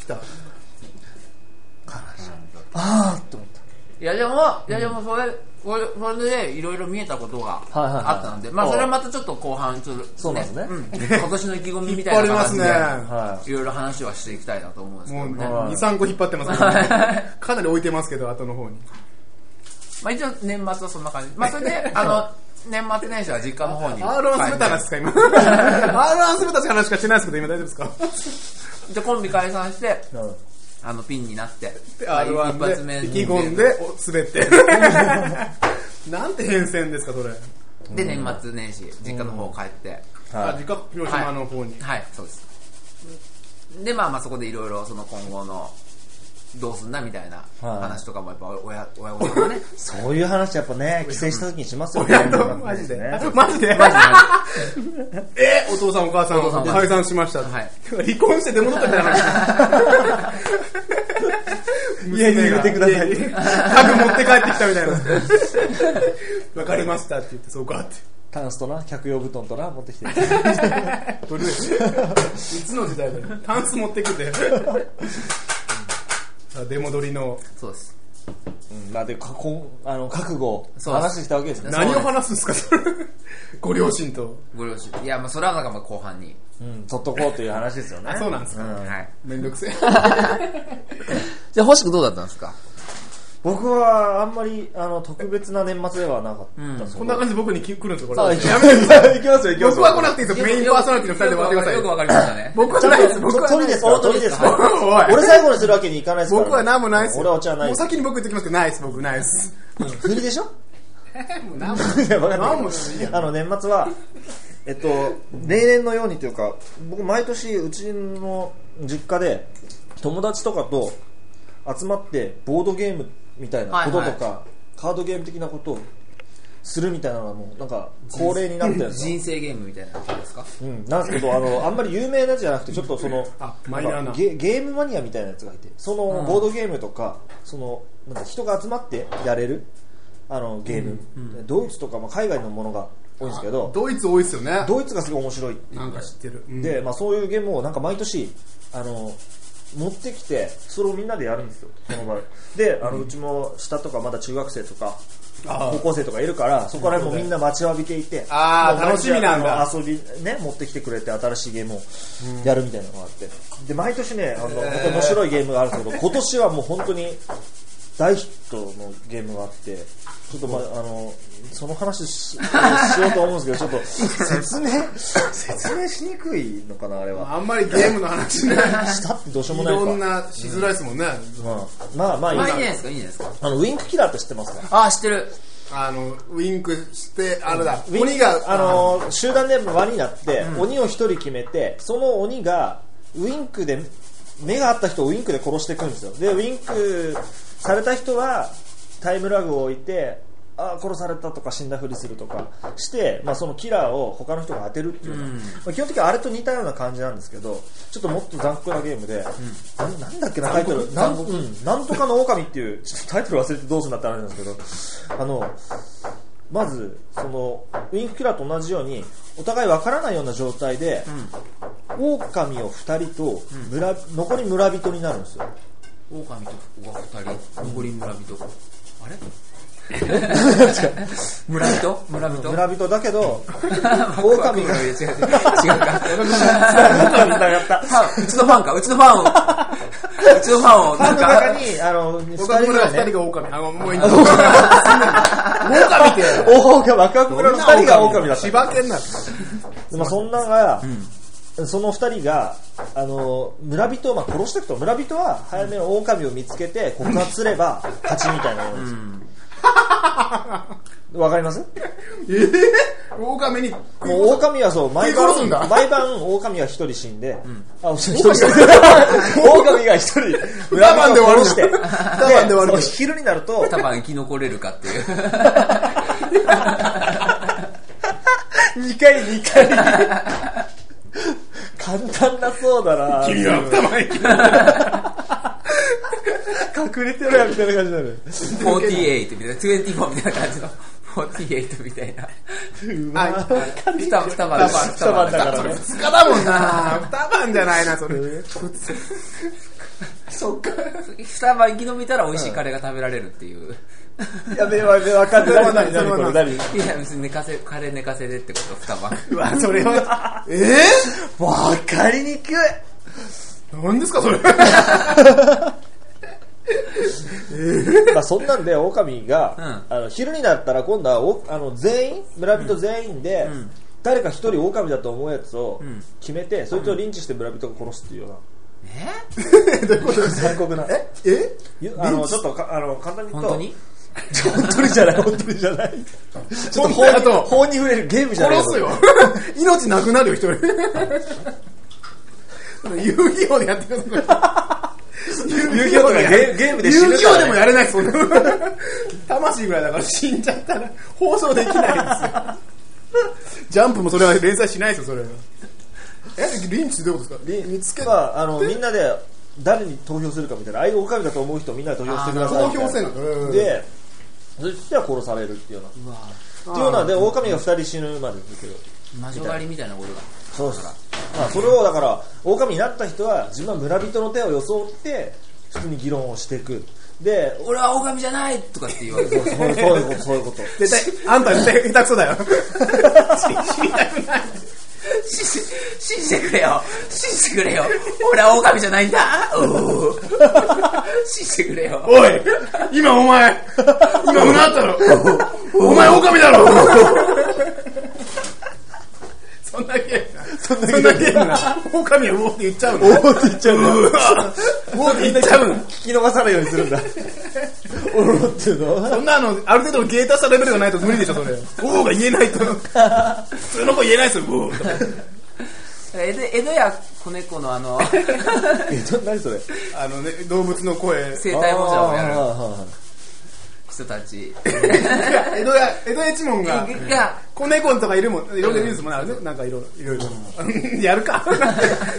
[SPEAKER 4] 来た、
[SPEAKER 2] あーと思った
[SPEAKER 1] いやでもいやでもそれこれそれでいろいろ見えたことが
[SPEAKER 2] はいはい
[SPEAKER 1] あったので、まあそれはまたちょっと後半ちょっと、
[SPEAKER 2] そうなんですね
[SPEAKER 1] うん今年の意気込みみた
[SPEAKER 4] 引っ張
[SPEAKER 1] い
[SPEAKER 4] り
[SPEAKER 1] な
[SPEAKER 4] ます
[SPEAKER 1] 感じ
[SPEAKER 4] ね
[SPEAKER 1] で、
[SPEAKER 2] はい
[SPEAKER 1] ろいろ話はしていきたいなと思うんですけ
[SPEAKER 4] も
[SPEAKER 1] ど
[SPEAKER 4] う
[SPEAKER 1] ね、
[SPEAKER 4] ね、
[SPEAKER 2] はい
[SPEAKER 4] 2、3個引っ張ってますから、かなり置いてますけど、後の方に。
[SPEAKER 1] まあ一応年末はそんな感じまあそれであの年末年始は実家の方に
[SPEAKER 4] R1 滑った話ですか、今。R1 滑った話しかしてないですけど、今大丈夫ですか
[SPEAKER 1] じゃあコンビ解散して
[SPEAKER 2] なるほ
[SPEAKER 1] あのピンになって
[SPEAKER 4] で
[SPEAKER 1] まあ
[SPEAKER 4] R1
[SPEAKER 1] 一発目
[SPEAKER 4] で意気込んでお滑ってなんて変遷ですかそれ、
[SPEAKER 1] で年末年始実家の方帰って、
[SPEAKER 2] どはい
[SPEAKER 4] あ実家広島の方に、
[SPEAKER 1] はいそうですでまあまあそこでいろいろその今後のどうすんだみたいな
[SPEAKER 2] はい
[SPEAKER 1] 話とかもやっぱ親親御さんが ね
[SPEAKER 2] そういう話やっぱね帰省した時にしますよね
[SPEAKER 4] 親とマジで、
[SPEAKER 2] ね
[SPEAKER 4] マジで
[SPEAKER 1] マジで
[SPEAKER 4] えお父さんお母さん
[SPEAKER 1] お父さんお母さん
[SPEAKER 4] 解散しました、
[SPEAKER 1] はい
[SPEAKER 4] 離婚して出戻った みたいな話
[SPEAKER 2] 家に入れてください
[SPEAKER 4] 家に家具持って帰ってきたみたいな わかりましたって言ってそうかって
[SPEAKER 2] タンスとな客用布団とな持ってきて
[SPEAKER 4] どれいつの時代 だよタンス持ってくてさあ出戻りの
[SPEAKER 1] そうです
[SPEAKER 2] うん、まあでかこあの覚悟を
[SPEAKER 1] そう
[SPEAKER 2] 話してきたわけですね
[SPEAKER 1] そう
[SPEAKER 4] 何を話すんですか、それ。ご両親と。
[SPEAKER 1] ご両親いやまあそれはなんかまあ後半に、
[SPEAKER 2] うん、取っとこうという話ですよね
[SPEAKER 4] そうなんですか。
[SPEAKER 1] はい
[SPEAKER 4] めんどくせえ。
[SPEAKER 1] じゃあ星君どうだったんですか
[SPEAKER 2] 僕はあんまりあの特別な年末ではなかったです
[SPEAKER 4] こんな感じで僕に来るんですよ、これ。
[SPEAKER 2] さあ行き
[SPEAKER 4] や
[SPEAKER 2] ま
[SPEAKER 4] めてください
[SPEAKER 2] 行きますよ行きますよ
[SPEAKER 4] 僕は来なくていいですよ。メインパーソナリティの2人で回ってください
[SPEAKER 1] よ
[SPEAKER 4] よ。
[SPEAKER 1] くわかりましたね
[SPEAKER 4] 僕はないです、僕はない
[SPEAKER 2] 鳥ですか鳥ですか
[SPEAKER 4] おい
[SPEAKER 2] 俺最後にするわけにいかないですから
[SPEAKER 4] 僕は何もないですよ。
[SPEAKER 2] 俺はお茶はない
[SPEAKER 4] も
[SPEAKER 2] で
[SPEAKER 4] う
[SPEAKER 2] す
[SPEAKER 4] 先に僕言ってきますけど、ないです、僕ないです。
[SPEAKER 2] 振りでしょ
[SPEAKER 4] もう何も。
[SPEAKER 2] いやわかんない
[SPEAKER 4] 何もしていいやん
[SPEAKER 2] あの年末はえっと例年のようにというか僕毎年うちの実家で友達とかと集まってボードゲームみたいなこととか、カードゲーム的なことをするみたいなのがもうなんか恒例になってるんですよ
[SPEAKER 1] 人生ゲームみたいなことですか
[SPEAKER 2] うん、なんですけどあのあんまり有名なやつじゃなくてちょっとその
[SPEAKER 4] あマイナーなん
[SPEAKER 2] かゲゲームマニアみたいなやつがいてその
[SPEAKER 1] ん
[SPEAKER 2] ボードゲームとかそのなんか人が集まってやれるあのゲーム、ドイツとか、まあ、海外のものが多いんですけど
[SPEAKER 4] ドイツ多いですよね。
[SPEAKER 2] ドイツがすごい面白いっていう
[SPEAKER 4] なんか知ってる。うん
[SPEAKER 2] で、まあ、そういうゲームをなんか毎年あの持ってきてそれをみんなでやるんですよこの場合であのうちも下とかまだ中学生とか
[SPEAKER 4] あ
[SPEAKER 2] 高校生とかいるからそこら辺もみんな待ちわびていて
[SPEAKER 4] あー
[SPEAKER 2] もう毎日
[SPEAKER 4] 楽しみなんだ
[SPEAKER 2] あの遊びね持ってきてくれて新しいゲームをやるみたいなのがあってで毎年ねあの、本当に面白いゲームがあるんですけど今年はもう本当に大ヒットのゲームがあってちょっとまああのその話し しようと思うんですけどちょっと説明説明しにくいのかなあれは
[SPEAKER 4] あんまりゲームの話ね。
[SPEAKER 2] したってどうしよう
[SPEAKER 4] い
[SPEAKER 2] もないか
[SPEAKER 4] ろんなしづらいですもんね。
[SPEAKER 2] うんまあまあいい
[SPEAKER 1] まあいいんじゃない
[SPEAKER 2] な
[SPEAKER 1] ですかいいんじゃないですか
[SPEAKER 2] あのウィンクキラーって知ってますか
[SPEAKER 1] ああ知ってる
[SPEAKER 4] あの、ウインクして、あれだ、
[SPEAKER 2] ウィン
[SPEAKER 4] 鬼が、
[SPEAKER 2] あのー集団で輪になって、鬼を一人決めてその鬼がウインクで目が合った人をウインクで殺していくんですよでウインクされた人はタイムラグを置いてあー殺されたとか死んだふりするとかして、まあ、そのキラーを他の人が当てるっていうのが、まあ基本的にはあれと似たような感じなんですけどちょっともっと残酷なゲームで、なん、なんだっけなタイトルなん,、うん、なんとかの狼っていうちょっとタイトル忘れてどうするんだってあれなんですけどあのまずそのウィンクキラーと同じようにお互い分からないような状態で、狼を2人と村、残り村人になるんですよ
[SPEAKER 1] 狼と子が2人残り村人あれ 村人村人
[SPEAKER 2] 村人だけど狼が
[SPEAKER 1] いや違う違う違うか
[SPEAKER 2] 狼にながった
[SPEAKER 1] ファンうちのファンかうちのファンをうちのファンを
[SPEAKER 2] ファ
[SPEAKER 1] な
[SPEAKER 2] ン
[SPEAKER 1] ん
[SPEAKER 2] の
[SPEAKER 1] か
[SPEAKER 2] 中 にあの2
[SPEAKER 4] 僕は
[SPEAKER 2] 人ぐ
[SPEAKER 4] 村
[SPEAKER 2] ら
[SPEAKER 4] が
[SPEAKER 2] い
[SPEAKER 4] 2人
[SPEAKER 2] ね
[SPEAKER 4] が狼。あ、もういいんだ。狼って。
[SPEAKER 2] 大が若奥 村の2人が狼だった
[SPEAKER 4] 千葉県なんです
[SPEAKER 2] まあ、そんなが、その2人があの村人をまあ殺していくと村人は早めに狼を見つけて告発すれ ば勝ちみたいなものですよわかります
[SPEAKER 4] えぇ狼に、
[SPEAKER 2] もう狼はそう毎
[SPEAKER 4] 食い殺す
[SPEAKER 2] 晩
[SPEAKER 4] んだ
[SPEAKER 2] 毎晩狼は一人死んで、 あ一人死んで狼が一人村人を殺して
[SPEAKER 4] 二晩で終わる
[SPEAKER 2] そう昼になる と
[SPEAKER 1] 多分生き残れるかっていう
[SPEAKER 2] 2回2回 簡単だそうだな
[SPEAKER 4] 君は頭に
[SPEAKER 2] 隠れてるやみたいな感じになる
[SPEAKER 1] 48みたいな24みたいな感じの48みたいな
[SPEAKER 4] あ、
[SPEAKER 1] 二晩二晩
[SPEAKER 2] 二晩だからね
[SPEAKER 4] 二日だもんな二晩じゃないな、それ。
[SPEAKER 1] そっか二晩生き延びたら美味しいカレーが食べられるっていう
[SPEAKER 2] やべえわべえわかんない
[SPEAKER 4] それは何
[SPEAKER 2] 何何
[SPEAKER 4] それは
[SPEAKER 2] これ何
[SPEAKER 1] いや別に寝かせカレー寝かせでってこと二晩
[SPEAKER 4] うわ、それは、え
[SPEAKER 2] わかりにくい
[SPEAKER 4] ぇ何ですか、それ。
[SPEAKER 2] まあそんなんで狼が、
[SPEAKER 1] う
[SPEAKER 2] あの昼になったら今度はおあの全員村人全員で、誰か一人狼だと思うやつを決めて、そいつをリンチして村人が殺すっていうような、
[SPEAKER 1] え
[SPEAKER 2] 残酷な え
[SPEAKER 4] え
[SPEAKER 2] あのちょっとかあの簡単に言
[SPEAKER 1] 本
[SPEAKER 2] うと
[SPEAKER 1] 当に
[SPEAKER 2] 本当にじゃない本当にじゃないちょっと法
[SPEAKER 4] 本当だと
[SPEAKER 2] に法に触れるゲームじゃない
[SPEAKER 4] 殺すよ。 命なくなるよ、一人。 遊戯王でやってください。 遊
[SPEAKER 2] 戯王とかゲゲームで死ぬからね
[SPEAKER 4] 遊戯王でもやれないそんな 魂ぐらいだから死んじゃったら放送できないですよ。ジャンプもそれは連載しないですよ、それ。え、リンチってどういうことですか見つけ
[SPEAKER 2] まああのみんなで誰に投票するかみたいなああいう狼だと思う人みんなで投票してください
[SPEAKER 4] 投
[SPEAKER 2] みたい
[SPEAKER 4] 票
[SPEAKER 2] な
[SPEAKER 4] せな。うん
[SPEAKER 2] で、そしたら殺されるっていうような。っていうようなで、狼が2人死ぬまでですけど。
[SPEAKER 1] 魔女狩りみたいなことだ
[SPEAKER 2] そうですか。まあ、それをだから、狼になった人は自分は村人の手を装って、普通に議論をしていく。で
[SPEAKER 1] 俺は狼じゃないとかって言われて
[SPEAKER 2] そうそういうことそういうこと
[SPEAKER 4] 絶対、あんた絶対下手くそだよ。知りたくない。
[SPEAKER 1] 信じて信じてくれよ信じてくれよ俺は狼じゃないんだおう信じてくれよ
[SPEAKER 4] おい今お前今胸あったろお前狼だろそんなゲームなそんなゲームな狼はウォーって言っちゃうのウォ
[SPEAKER 2] おおって言っちゃうんだ
[SPEAKER 4] ーって言っちゃうの
[SPEAKER 2] 聞き逃さないようにするんだおろっていうの は
[SPEAKER 4] そんなのある程度のゲータさレベルがないと無理でしょそれウォーが言えないと普通の子言えないですよウォーとか
[SPEAKER 1] 江戸江戸や子猫のあの
[SPEAKER 2] えちょ何それ
[SPEAKER 4] あのね動物の声
[SPEAKER 1] 生体模写をや
[SPEAKER 2] あーはいは
[SPEAKER 1] る
[SPEAKER 2] いはい
[SPEAKER 1] 人たち
[SPEAKER 4] いや江戸や江戸一門が
[SPEAKER 1] が
[SPEAKER 4] 子猫とかいるもんいろいろいるんですもんね、なんかいろいろいろ やるか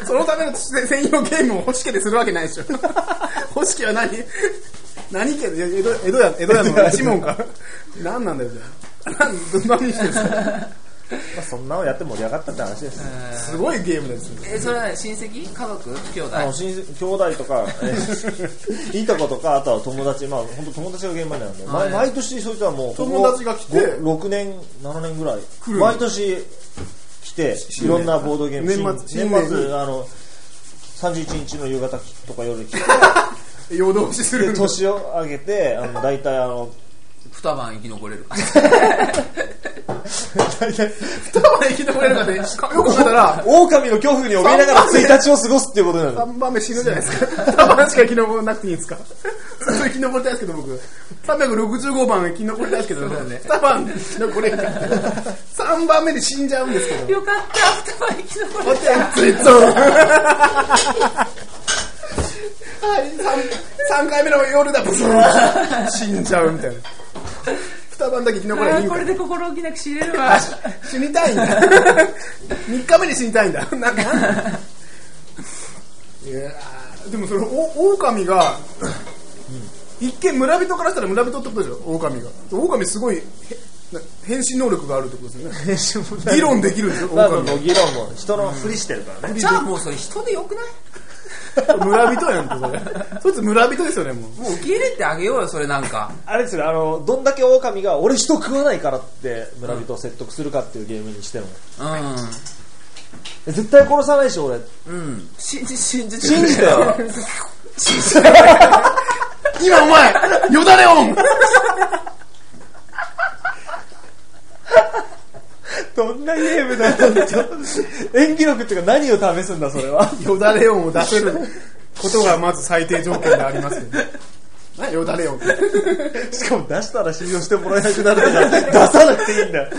[SPEAKER 4] そのための専用ゲームを欲しけでするわけないでしょ 欲しけは何何家で江戸江戸や江戸やの一 門か何なんだよじゃあなんどんなにしてるんですか
[SPEAKER 2] まあ、そんなのやって盛り上がったって話ですね、
[SPEAKER 4] すごいゲームですよ
[SPEAKER 1] えそれはね親戚家族兄弟
[SPEAKER 2] あの親戚兄弟とか、えー いとことかあとは友達まあ本当友達が現場になるんで、
[SPEAKER 1] はい
[SPEAKER 2] 毎毎年そいつはもう
[SPEAKER 4] 友達が来て
[SPEAKER 2] 6年7年ぐらい
[SPEAKER 4] る
[SPEAKER 2] 毎年来ていろんなボードゲーム
[SPEAKER 4] 年末
[SPEAKER 2] 新
[SPEAKER 4] 新
[SPEAKER 2] 年
[SPEAKER 4] 年
[SPEAKER 2] 末あの31日の夕方とか 夜来て
[SPEAKER 4] 夜通しするんだ
[SPEAKER 2] 年を上げてあの大体あの
[SPEAKER 1] 二晩生き残れる
[SPEAKER 2] 大体
[SPEAKER 4] 二晩生き残れるかで、しかよく考えたら
[SPEAKER 2] 狼の恐怖に怯えながら1日を過ごすっていうことになる
[SPEAKER 4] 3番目死ぬじゃないですか3 番しか生き残らなくていいんですかずっと生き残りたいですけど僕365番生き残りたいですけど2番生き残れんから3番目で死んじゃうんですけど
[SPEAKER 1] よかった二晩生き残れる
[SPEAKER 4] 待ってついそうはい3回目の夜だブスーン死んじゃうみたいな2番だけ生き残れ
[SPEAKER 1] あ
[SPEAKER 4] ばいい
[SPEAKER 1] ー
[SPEAKER 4] ん
[SPEAKER 1] こ
[SPEAKER 4] だ
[SPEAKER 1] れで心置きなく知れるわ
[SPEAKER 4] 死にたいんだ3 日目に死にた いんだなんかいやーでもそれオオカミが一見村人からしたら村人ってことでしょオオカミがオオカミすごいへな変身能力があるってことですよね議論できるんですよオオ
[SPEAKER 2] な
[SPEAKER 4] カ
[SPEAKER 2] の
[SPEAKER 4] ミ
[SPEAKER 2] の議論も人のふりしてるからね、
[SPEAKER 1] じゃあもうそれ人でよくない
[SPEAKER 4] 村人やん けそれそいつ村人ですよねもう
[SPEAKER 1] もう受け入れてあげようよそれなんか
[SPEAKER 2] あれですよあのどんだけ狼が俺人食わないからって村人を説得するかっていうゲームにしても
[SPEAKER 1] う
[SPEAKER 2] え絶対殺さないし俺
[SPEAKER 1] んうん信じ信じて
[SPEAKER 2] 信じてよ
[SPEAKER 4] 今お前よだれオン
[SPEAKER 2] どんなゲームだよちょっと演技力っていうか何を試すんだそれは
[SPEAKER 4] よだれ音を出せることがまず最低条件でありますよね 何よだれ音って
[SPEAKER 2] しかも出したら信用してもらえなくなるから 出さなくていいんだよ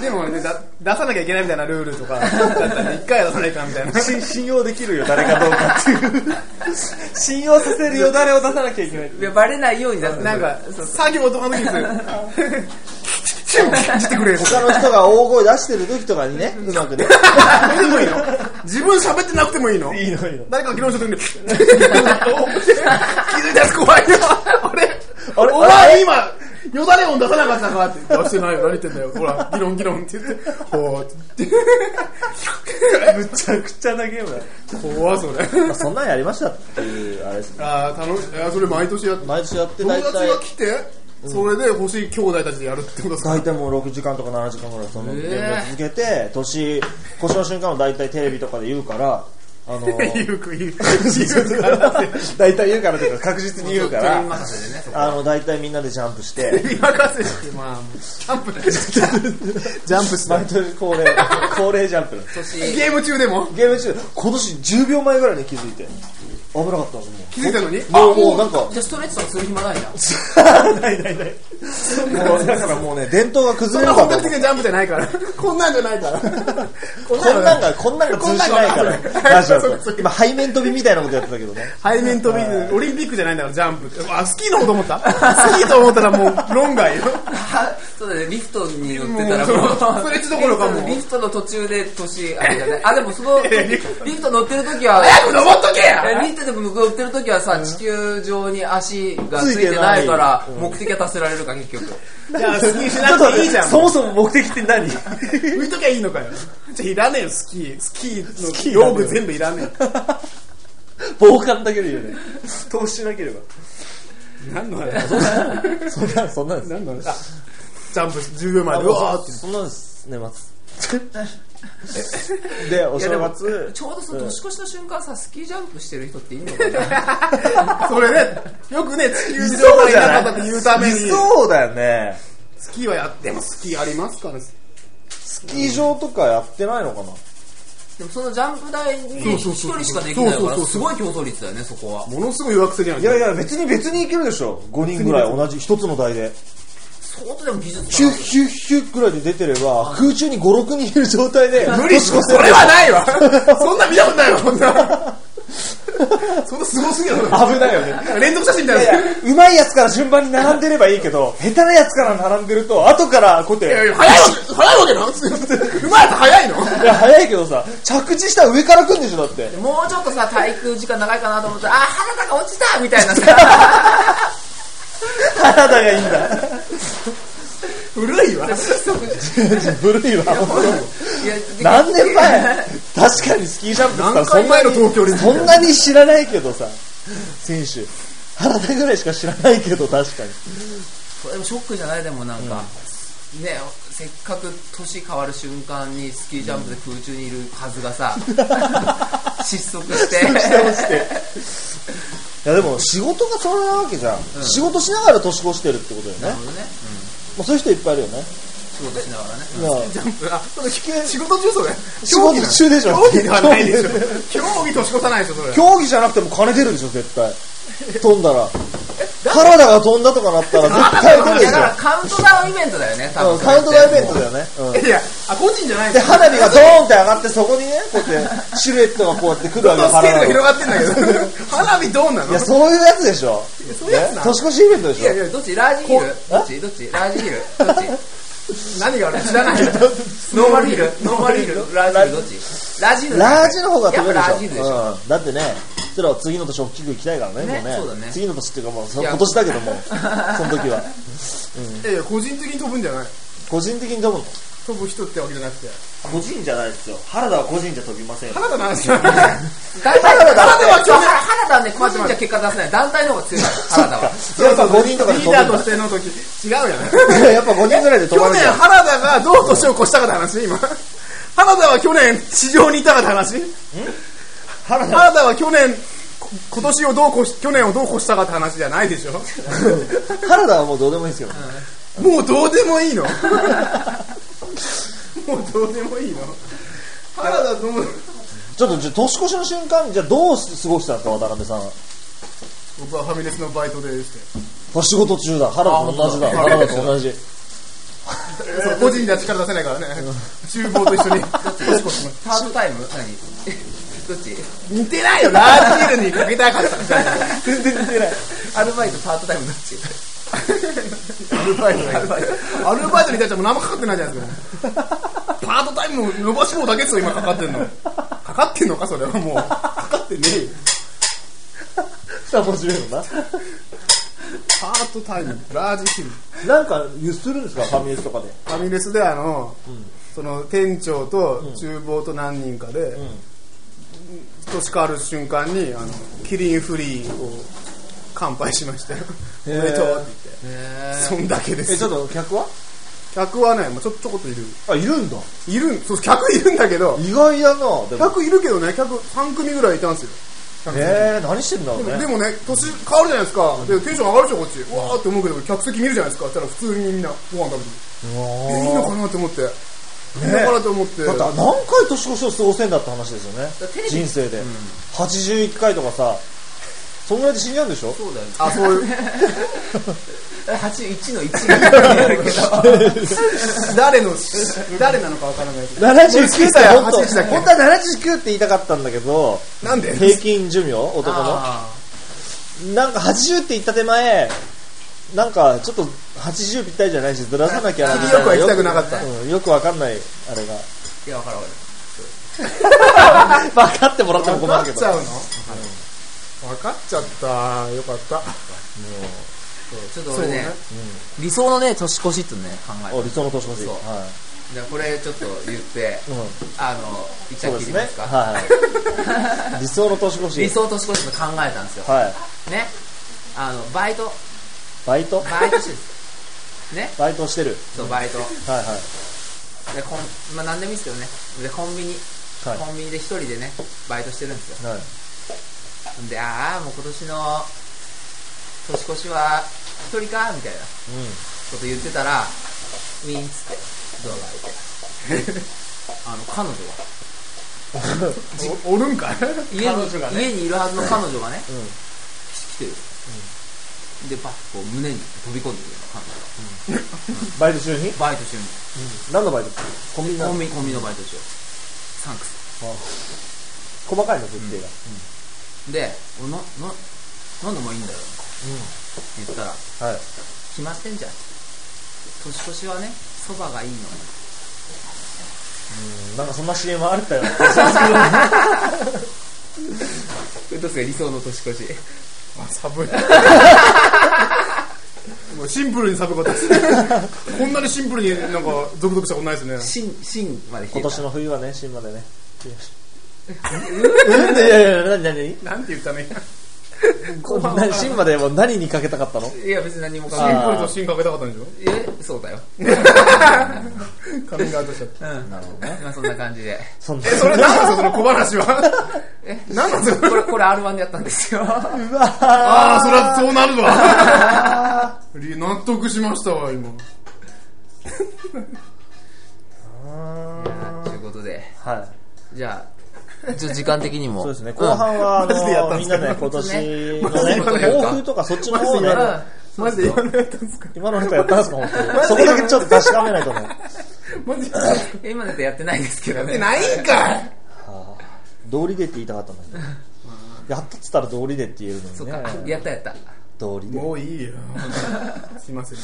[SPEAKER 4] でもね、だ出さなきゃいけないみたいなルールとか、だったら一回は出さないかみたいな。
[SPEAKER 2] 信信用できるよ誰かどうかっていう信用させるよ誰を出さなきゃいけない
[SPEAKER 1] いやバレないようにだって
[SPEAKER 4] なんか、作業とかの時にする。シュンしてくれ、他
[SPEAKER 2] 他の人が大声出してる時とかにねうまく ね
[SPEAKER 4] でもいいの自分喋ってなくてもいいの
[SPEAKER 2] いいのいいの
[SPEAKER 4] 誰かが議論した時に、気づいたやつ怖いよ。あれ
[SPEAKER 2] あれ
[SPEAKER 4] お前今、よだれ音出さなかったかって。出してないよ、何言ってんだよ。ほら、議論議論って言って。ほーって。
[SPEAKER 2] むちゃくちゃなゲームだ
[SPEAKER 4] 怖っそれ。
[SPEAKER 2] まあそんなんやりましたっていうあれです
[SPEAKER 4] あー楽しい。あーそれ毎年やって。
[SPEAKER 2] 毎年やって
[SPEAKER 4] 友
[SPEAKER 2] 大
[SPEAKER 4] 達
[SPEAKER 2] 体
[SPEAKER 4] が来て、それで欲しい兄弟たちでやるってことですか
[SPEAKER 2] 大体もう6時間とか7時間ぐらいそのゲームを続けて、年越しの瞬間は大体テレビとかで言うからあ の
[SPEAKER 4] ゆうくゆうくゆうくからって
[SPEAKER 2] 大体言うからというか確実に言うか
[SPEAKER 1] 店
[SPEAKER 2] ら
[SPEAKER 1] 員任せでね
[SPEAKER 2] あの大体みんなでジャンプして
[SPEAKER 4] 手に任せしてまあジャン プ ジャンプし
[SPEAKER 2] 毎年恒例恒例ジャンプなんです
[SPEAKER 1] 年
[SPEAKER 4] ゲーム中でも
[SPEAKER 2] ゲーム中今年10秒前ぐらいに気づいて危なかったもう
[SPEAKER 4] 気づいたのに
[SPEAKER 2] もうもうなんか
[SPEAKER 1] じゃあストレッチとかする暇ないな
[SPEAKER 2] ないないないもうだからもうね伝統が
[SPEAKER 4] そ
[SPEAKER 2] 崩
[SPEAKER 4] ん
[SPEAKER 2] れ
[SPEAKER 4] な
[SPEAKER 2] るか
[SPEAKER 4] 本
[SPEAKER 2] と
[SPEAKER 4] 格
[SPEAKER 2] 思う
[SPEAKER 4] 的なジャンプじゃないからこんなんじゃないからこ
[SPEAKER 2] こんなんがこんなんが通じないから
[SPEAKER 4] こんなんが
[SPEAKER 2] ラジオだと
[SPEAKER 4] そうそう
[SPEAKER 2] 今背面飛びみたいなことやってたけどね
[SPEAKER 4] 背面飛びオリンピックじゃないんだからジャンプってあスキーの方と思 ったスキーと思ったらもう論外よ
[SPEAKER 1] そうだねリフトに乗ってた
[SPEAKER 4] もう
[SPEAKER 1] ら
[SPEAKER 4] そ
[SPEAKER 1] も
[SPEAKER 4] う
[SPEAKER 1] う
[SPEAKER 4] ストレッチどころかもう
[SPEAKER 1] リフトの途中で年あれだねあでもそのリフト乗ってる時は
[SPEAKER 4] 早く登っとけや
[SPEAKER 1] えリフトでも向こう乗ってる時はさ地球上に足がついてないから
[SPEAKER 2] ついてない
[SPEAKER 1] 目的は達せられるか結局
[SPEAKER 4] いやスキーしなくていいじゃん
[SPEAKER 2] そもそも目的って 何
[SPEAKER 4] 浮いときゃいいのかよじゃあいらねえよスキースキー
[SPEAKER 2] ーなん
[SPEAKER 4] の用
[SPEAKER 2] だよ
[SPEAKER 4] 具全部いらねえよ
[SPEAKER 2] 防寒だけでいいよね投資しなければ
[SPEAKER 4] 何の話
[SPEAKER 2] そんな、そんなんです。
[SPEAKER 4] 何の話あジャンプ10秒前
[SPEAKER 2] あ
[SPEAKER 4] でうわーって
[SPEAKER 2] そんなんです。寝ます。 で、お
[SPEAKER 1] いやで
[SPEAKER 2] 正
[SPEAKER 1] も
[SPEAKER 2] 月、
[SPEAKER 1] ちょうどその年越しの瞬間さ、スキージャンプしてる人っていいのかな
[SPEAKER 4] それねよくね地球上
[SPEAKER 2] そう
[SPEAKER 4] に
[SPEAKER 2] じゃな
[SPEAKER 4] なった
[SPEAKER 2] い
[SPEAKER 4] って言うために
[SPEAKER 2] そうだよね。
[SPEAKER 4] スキーはやってもスキーありますから
[SPEAKER 2] スキー場とかやってないのかな
[SPEAKER 1] でもそのジャンプ台に
[SPEAKER 4] そう
[SPEAKER 1] 一
[SPEAKER 4] そうそう
[SPEAKER 1] 人しかできない
[SPEAKER 4] そうそ
[SPEAKER 1] か
[SPEAKER 4] う
[SPEAKER 1] ら、
[SPEAKER 4] そう
[SPEAKER 1] すごい競争率だよね、そこは。
[SPEAKER 4] ものすごい予約制じゃない
[SPEAKER 2] いやいや、別に別にいけるでしょ。5人ぐらい同じ、一つの台で。
[SPEAKER 1] 相当でも技術
[SPEAKER 2] ヒュッヒュッヒュッぐらいで出てれば、空中に5、6人いる状態で、
[SPEAKER 4] 無
[SPEAKER 2] 年
[SPEAKER 4] 理
[SPEAKER 2] 越せ
[SPEAKER 4] それはないわそんな見たことないわこんなそんなすごすぎる
[SPEAKER 2] 危ないよね。
[SPEAKER 4] 連続写真みた
[SPEAKER 2] い
[SPEAKER 4] い
[SPEAKER 2] や
[SPEAKER 4] ない
[SPEAKER 2] や、うまいやつから順番に並んでればいいけど、下手なやつから並んでると、後からこうやって、
[SPEAKER 4] いや早いわけ早いわけなのうまいやつ早いの
[SPEAKER 2] いや、早いけどさ、着地したら上から来るんでしょ、だって。
[SPEAKER 1] もうちょっとさ、滞空時間長いかなと思ったら、あー、花田が落ちたみたいなさ、
[SPEAKER 2] 原田がいいん だ。
[SPEAKER 4] 古いわ
[SPEAKER 2] 古いわ。
[SPEAKER 1] いや
[SPEAKER 2] 何年前確かにスキージャンプってさ
[SPEAKER 4] 何回前の東京オリンピッ
[SPEAKER 2] そ
[SPEAKER 4] ク
[SPEAKER 2] んなに知らないけどさ、選手。原田ぐらいしか知らないけど、確かに。
[SPEAKER 1] これでもショックじゃないでもなんか、ねせっかく年変わる瞬間にスキージャンプで空中にいるはずがさ、失速して
[SPEAKER 2] いやでも仕事がそれなわけじゃん、仕事しながら年越してるってことだよね
[SPEAKER 1] なる、ほどね、
[SPEAKER 2] まあ、そういう人いっぱいいるよ ね、
[SPEAKER 1] 仕事しながらね
[SPEAKER 2] まあ
[SPEAKER 4] ジャンプあその仕事中それ
[SPEAKER 2] 仕事中でしょ
[SPEAKER 4] 競技ではないでしょ競技年越さないでしょそれ
[SPEAKER 2] 競技じゃなくても金出るでしょ絶対飛んだら原田が飛んだとかなったら絶対出るで
[SPEAKER 1] だ
[SPEAKER 2] し
[SPEAKER 1] からカウントダウンイベントだよね、多
[SPEAKER 2] ょ、う
[SPEAKER 1] 分
[SPEAKER 2] ん、カウントダウンイベントだよね、うん、
[SPEAKER 4] いやあ個人じゃない
[SPEAKER 2] で
[SPEAKER 4] です
[SPEAKER 2] 花火がドーンって上がってそこにねこうやってシルエットがこうやってくるわけ
[SPEAKER 4] どんどんスケールが
[SPEAKER 2] 原田の
[SPEAKER 4] 広がってんだけど 花火どうなの
[SPEAKER 2] いやそういうやつでしょ
[SPEAKER 4] そういうやつ
[SPEAKER 2] ね
[SPEAKER 4] なの
[SPEAKER 2] 年越しイベントでし
[SPEAKER 1] いやいや、どっちラージヒルどっちどっちラージヒルどっち
[SPEAKER 4] 何がある知 らない
[SPEAKER 2] ょ
[SPEAKER 1] ノーマルヒルノーマルヒルラージヒルどっちラージヒル
[SPEAKER 2] ラージの方が飛べる
[SPEAKER 1] やっぱラージ
[SPEAKER 2] で
[SPEAKER 1] ヒ
[SPEAKER 2] しょ、
[SPEAKER 1] ルでしょ
[SPEAKER 2] うん、だってねそしたら次の年大きく行きたいからね
[SPEAKER 1] ね
[SPEAKER 2] も
[SPEAKER 1] そうう
[SPEAKER 2] ね
[SPEAKER 1] だね
[SPEAKER 2] 次の年っていうかもうそ
[SPEAKER 1] いや
[SPEAKER 2] 今年だけどもその時はい
[SPEAKER 4] やいや個人的に飛ぶんじゃない
[SPEAKER 2] 個人的に飛ぶの
[SPEAKER 4] 飛ぶ人ってわけじゃなくて
[SPEAKER 2] 個人じゃないですよ原田は個人じゃ飛びませんよ
[SPEAKER 4] 花田の話じゃない
[SPEAKER 1] 団体
[SPEAKER 2] 原田
[SPEAKER 1] 原田は
[SPEAKER 4] は強い
[SPEAKER 1] 原田はね、個人じゃ結果出せない。団体の方が強いから、原田は。
[SPEAKER 2] やっぱ5人とかで
[SPEAKER 4] リ
[SPEAKER 2] 飛ぶ
[SPEAKER 4] ー
[SPEAKER 2] ん
[SPEAKER 4] ダーと
[SPEAKER 2] だ
[SPEAKER 4] しての時違うやん
[SPEAKER 2] いややっぱ5人ぐらいで飛ばな
[SPEAKER 4] 去年
[SPEAKER 2] きゃ
[SPEAKER 4] 原田がどう年を越したかって話今 原田は去年市場にいたかって話
[SPEAKER 2] 原田
[SPEAKER 4] 原田は去年こ今年をどう越し去年をどう越したかって話じゃないでし ょ
[SPEAKER 2] 原田はもうどうでもいいですけど、
[SPEAKER 4] もうどうでも いいのもうどうでもいいの原田とも
[SPEAKER 2] ちょっとじゃあ年越しの瞬間じゃあどう過ごしたんですか渡辺さんは
[SPEAKER 4] 僕はファミレスのバイトでして
[SPEAKER 2] 仕事中だ原田と同じだ
[SPEAKER 1] あ
[SPEAKER 2] 原田と同じ
[SPEAKER 4] そう個人では力出せないからね厨房と一緒 に年越しま
[SPEAKER 1] パートタイム何どっち
[SPEAKER 4] 似てないよラージヒルにかけたかったみたいな 全然似てない
[SPEAKER 1] アルバイトパートタイムどっち
[SPEAKER 4] アルバイトだよアルバイトに対しても何もかかってないじゃないですかパートタイム伸ばし棒だけですよ今かかってんのかかってんのかそれはもうかかってねえよ
[SPEAKER 2] 楽しめるな
[SPEAKER 4] パートタイムラージヒル
[SPEAKER 2] なんかゆするんですかファミレスとかで
[SPEAKER 4] ファミレスであの、その店長と厨房と何人かで、年変わる瞬間にあのキリンフリーを乾杯しましたよお
[SPEAKER 2] ー
[SPEAKER 4] めでとうって言ってそんだけで
[SPEAKER 2] え
[SPEAKER 4] す
[SPEAKER 2] ちょっと客は
[SPEAKER 4] 客はねもうちょちょこっといる
[SPEAKER 2] あいるんだ
[SPEAKER 4] いるんそう客いるんだけど
[SPEAKER 2] 意外だなでも
[SPEAKER 4] 客いるけどね客3組ぐらいいたんですよ
[SPEAKER 2] えー、何してんだろう
[SPEAKER 4] で
[SPEAKER 2] ね
[SPEAKER 4] もね、年変わるじゃないですか、でテンション上がるでしょ、こっち、うわーって思うけど、客席見るじゃないですか、そしたら普通にみんなご飯食べてる、えいいのかなって思って、いいのかなって思って、
[SPEAKER 2] だって 何回年越しを過ごせんだって話ですよね
[SPEAKER 1] テレビ
[SPEAKER 2] 人生で、81回とかさそんぐらいで死んじゃうんでしょ
[SPEAKER 1] そうだよね
[SPEAKER 4] あそ ういう
[SPEAKER 1] 81の1が出 てるけど
[SPEAKER 4] 誰の誰なのかわからないけど
[SPEAKER 2] 79歳本当
[SPEAKER 4] 80だっけ
[SPEAKER 2] 本当は79って言いたかったんだけど
[SPEAKER 4] なんで
[SPEAKER 2] 平均寿命男の
[SPEAKER 1] あ
[SPEAKER 2] なんか80って言った手前なんかちょっと80ぴったりじゃないしずらさなきゃ
[SPEAKER 4] 切りよくは行きたくなかった
[SPEAKER 2] うんよくわかんないあれが
[SPEAKER 1] ーいや分からん分か
[SPEAKER 2] 分かってもらっても
[SPEAKER 4] 分
[SPEAKER 2] 困
[SPEAKER 4] か
[SPEAKER 2] る
[SPEAKER 4] っ
[SPEAKER 2] けど
[SPEAKER 4] ちゃうの分かっちゃったよかった
[SPEAKER 1] るちょっと
[SPEAKER 4] そう
[SPEAKER 1] 俺ね
[SPEAKER 4] ね
[SPEAKER 1] 理想のね年越しっていうのね考え
[SPEAKER 2] お理想の年越し
[SPEAKER 1] そう
[SPEAKER 2] は
[SPEAKER 1] てじゃあこれちょっと言って
[SPEAKER 2] い、うん、
[SPEAKER 1] あの一
[SPEAKER 2] そう
[SPEAKER 1] 旦
[SPEAKER 2] で
[SPEAKER 1] 切
[SPEAKER 2] す
[SPEAKER 1] り
[SPEAKER 2] ね
[SPEAKER 1] ますか
[SPEAKER 2] はい理想の年越し
[SPEAKER 1] 理想年越しの考えたんですよ
[SPEAKER 2] はい
[SPEAKER 1] ねあのバイト
[SPEAKER 2] バイト
[SPEAKER 1] バイトしてるね
[SPEAKER 2] バイトしてる。
[SPEAKER 1] そうバイト
[SPEAKER 2] はいはい。
[SPEAKER 1] でコンまあ何でもいいですけどねでコンビニ、
[SPEAKER 2] はい
[SPEAKER 1] コンビニで一人でねバイトしてるんですよ
[SPEAKER 2] はい。
[SPEAKER 1] でああもう今年の年越しは一人かみたいなこと言ってたらウィンっつってドアが開いて あの彼女は
[SPEAKER 4] おるんかい
[SPEAKER 1] 家
[SPEAKER 4] 彼女が
[SPEAKER 1] に,、
[SPEAKER 4] ね
[SPEAKER 1] 家にいるはずの彼女がね、
[SPEAKER 2] うん。うん。
[SPEAKER 1] 来てる、でバッとこう胸に飛び込んでくるの彼女が
[SPEAKER 2] バイト中に
[SPEAKER 1] バイト中に
[SPEAKER 2] 何のバイトコンビニな
[SPEAKER 1] コ
[SPEAKER 2] の
[SPEAKER 1] ンビニコンビニのバイト中サンクス
[SPEAKER 2] あ細かいの、設定が。
[SPEAKER 1] で「おなななんでもいいんだよ」って言ったら
[SPEAKER 2] うん。はい。
[SPEAKER 1] 「決まってんじゃん年越しはねそばがいいの
[SPEAKER 2] うんなんかそんな CM あったよ。」
[SPEAKER 1] どうですか理想の年越し
[SPEAKER 4] あ寒い もうシンプルに寒かったですこんなにシンプルになんかゾクゾクしたことないですね
[SPEAKER 1] 新新まで来て
[SPEAKER 2] 今
[SPEAKER 1] た
[SPEAKER 2] 年の冬はね、新までね。えいやいやいや、何何
[SPEAKER 4] なんて言ったの今
[SPEAKER 2] 何何新までもう何にかけたかったの
[SPEAKER 1] いや別に何も考
[SPEAKER 4] シ
[SPEAKER 1] え
[SPEAKER 4] ン
[SPEAKER 1] ない
[SPEAKER 4] プルとシンかけたかったんでしょ
[SPEAKER 1] えそうだよ
[SPEAKER 4] カミングアウトしちゃって
[SPEAKER 1] うんなるほどねまあそんな感じで
[SPEAKER 2] そんな
[SPEAKER 4] え。それ何なんですかその小話は
[SPEAKER 1] え
[SPEAKER 4] 何なんですか
[SPEAKER 1] これこれ R1 でやったんですよ
[SPEAKER 2] うわ
[SPEAKER 4] ああそれはそうなるわ り納得しましたわ今
[SPEAKER 1] ということで
[SPEAKER 2] はい。
[SPEAKER 1] じゃあ ちょっと時間的にも
[SPEAKER 2] そうですね、後半は、あ
[SPEAKER 4] マジでや
[SPEAKER 2] の、
[SPEAKER 4] ったんで
[SPEAKER 2] みん
[SPEAKER 4] す
[SPEAKER 2] な
[SPEAKER 4] か
[SPEAKER 2] ね、今年の
[SPEAKER 1] マジで
[SPEAKER 2] ね
[SPEAKER 1] やったんです、か
[SPEAKER 2] 抱負とかそっちの方をね、
[SPEAKER 1] うん
[SPEAKER 4] マジで言わなかったんですか
[SPEAKER 2] 今の人やったんですか、本当に。そこだけちょっと確かめないとね。
[SPEAKER 4] マジで言わなかっ
[SPEAKER 1] 今だとやってないですけどね
[SPEAKER 4] てないんかい
[SPEAKER 2] はあ道理でって言いたかったのに。やったっつったら道理でって言えるの
[SPEAKER 1] そう
[SPEAKER 2] に
[SPEAKER 1] か
[SPEAKER 2] ね。
[SPEAKER 1] やったやった
[SPEAKER 2] 道理で。
[SPEAKER 4] もういいよすいません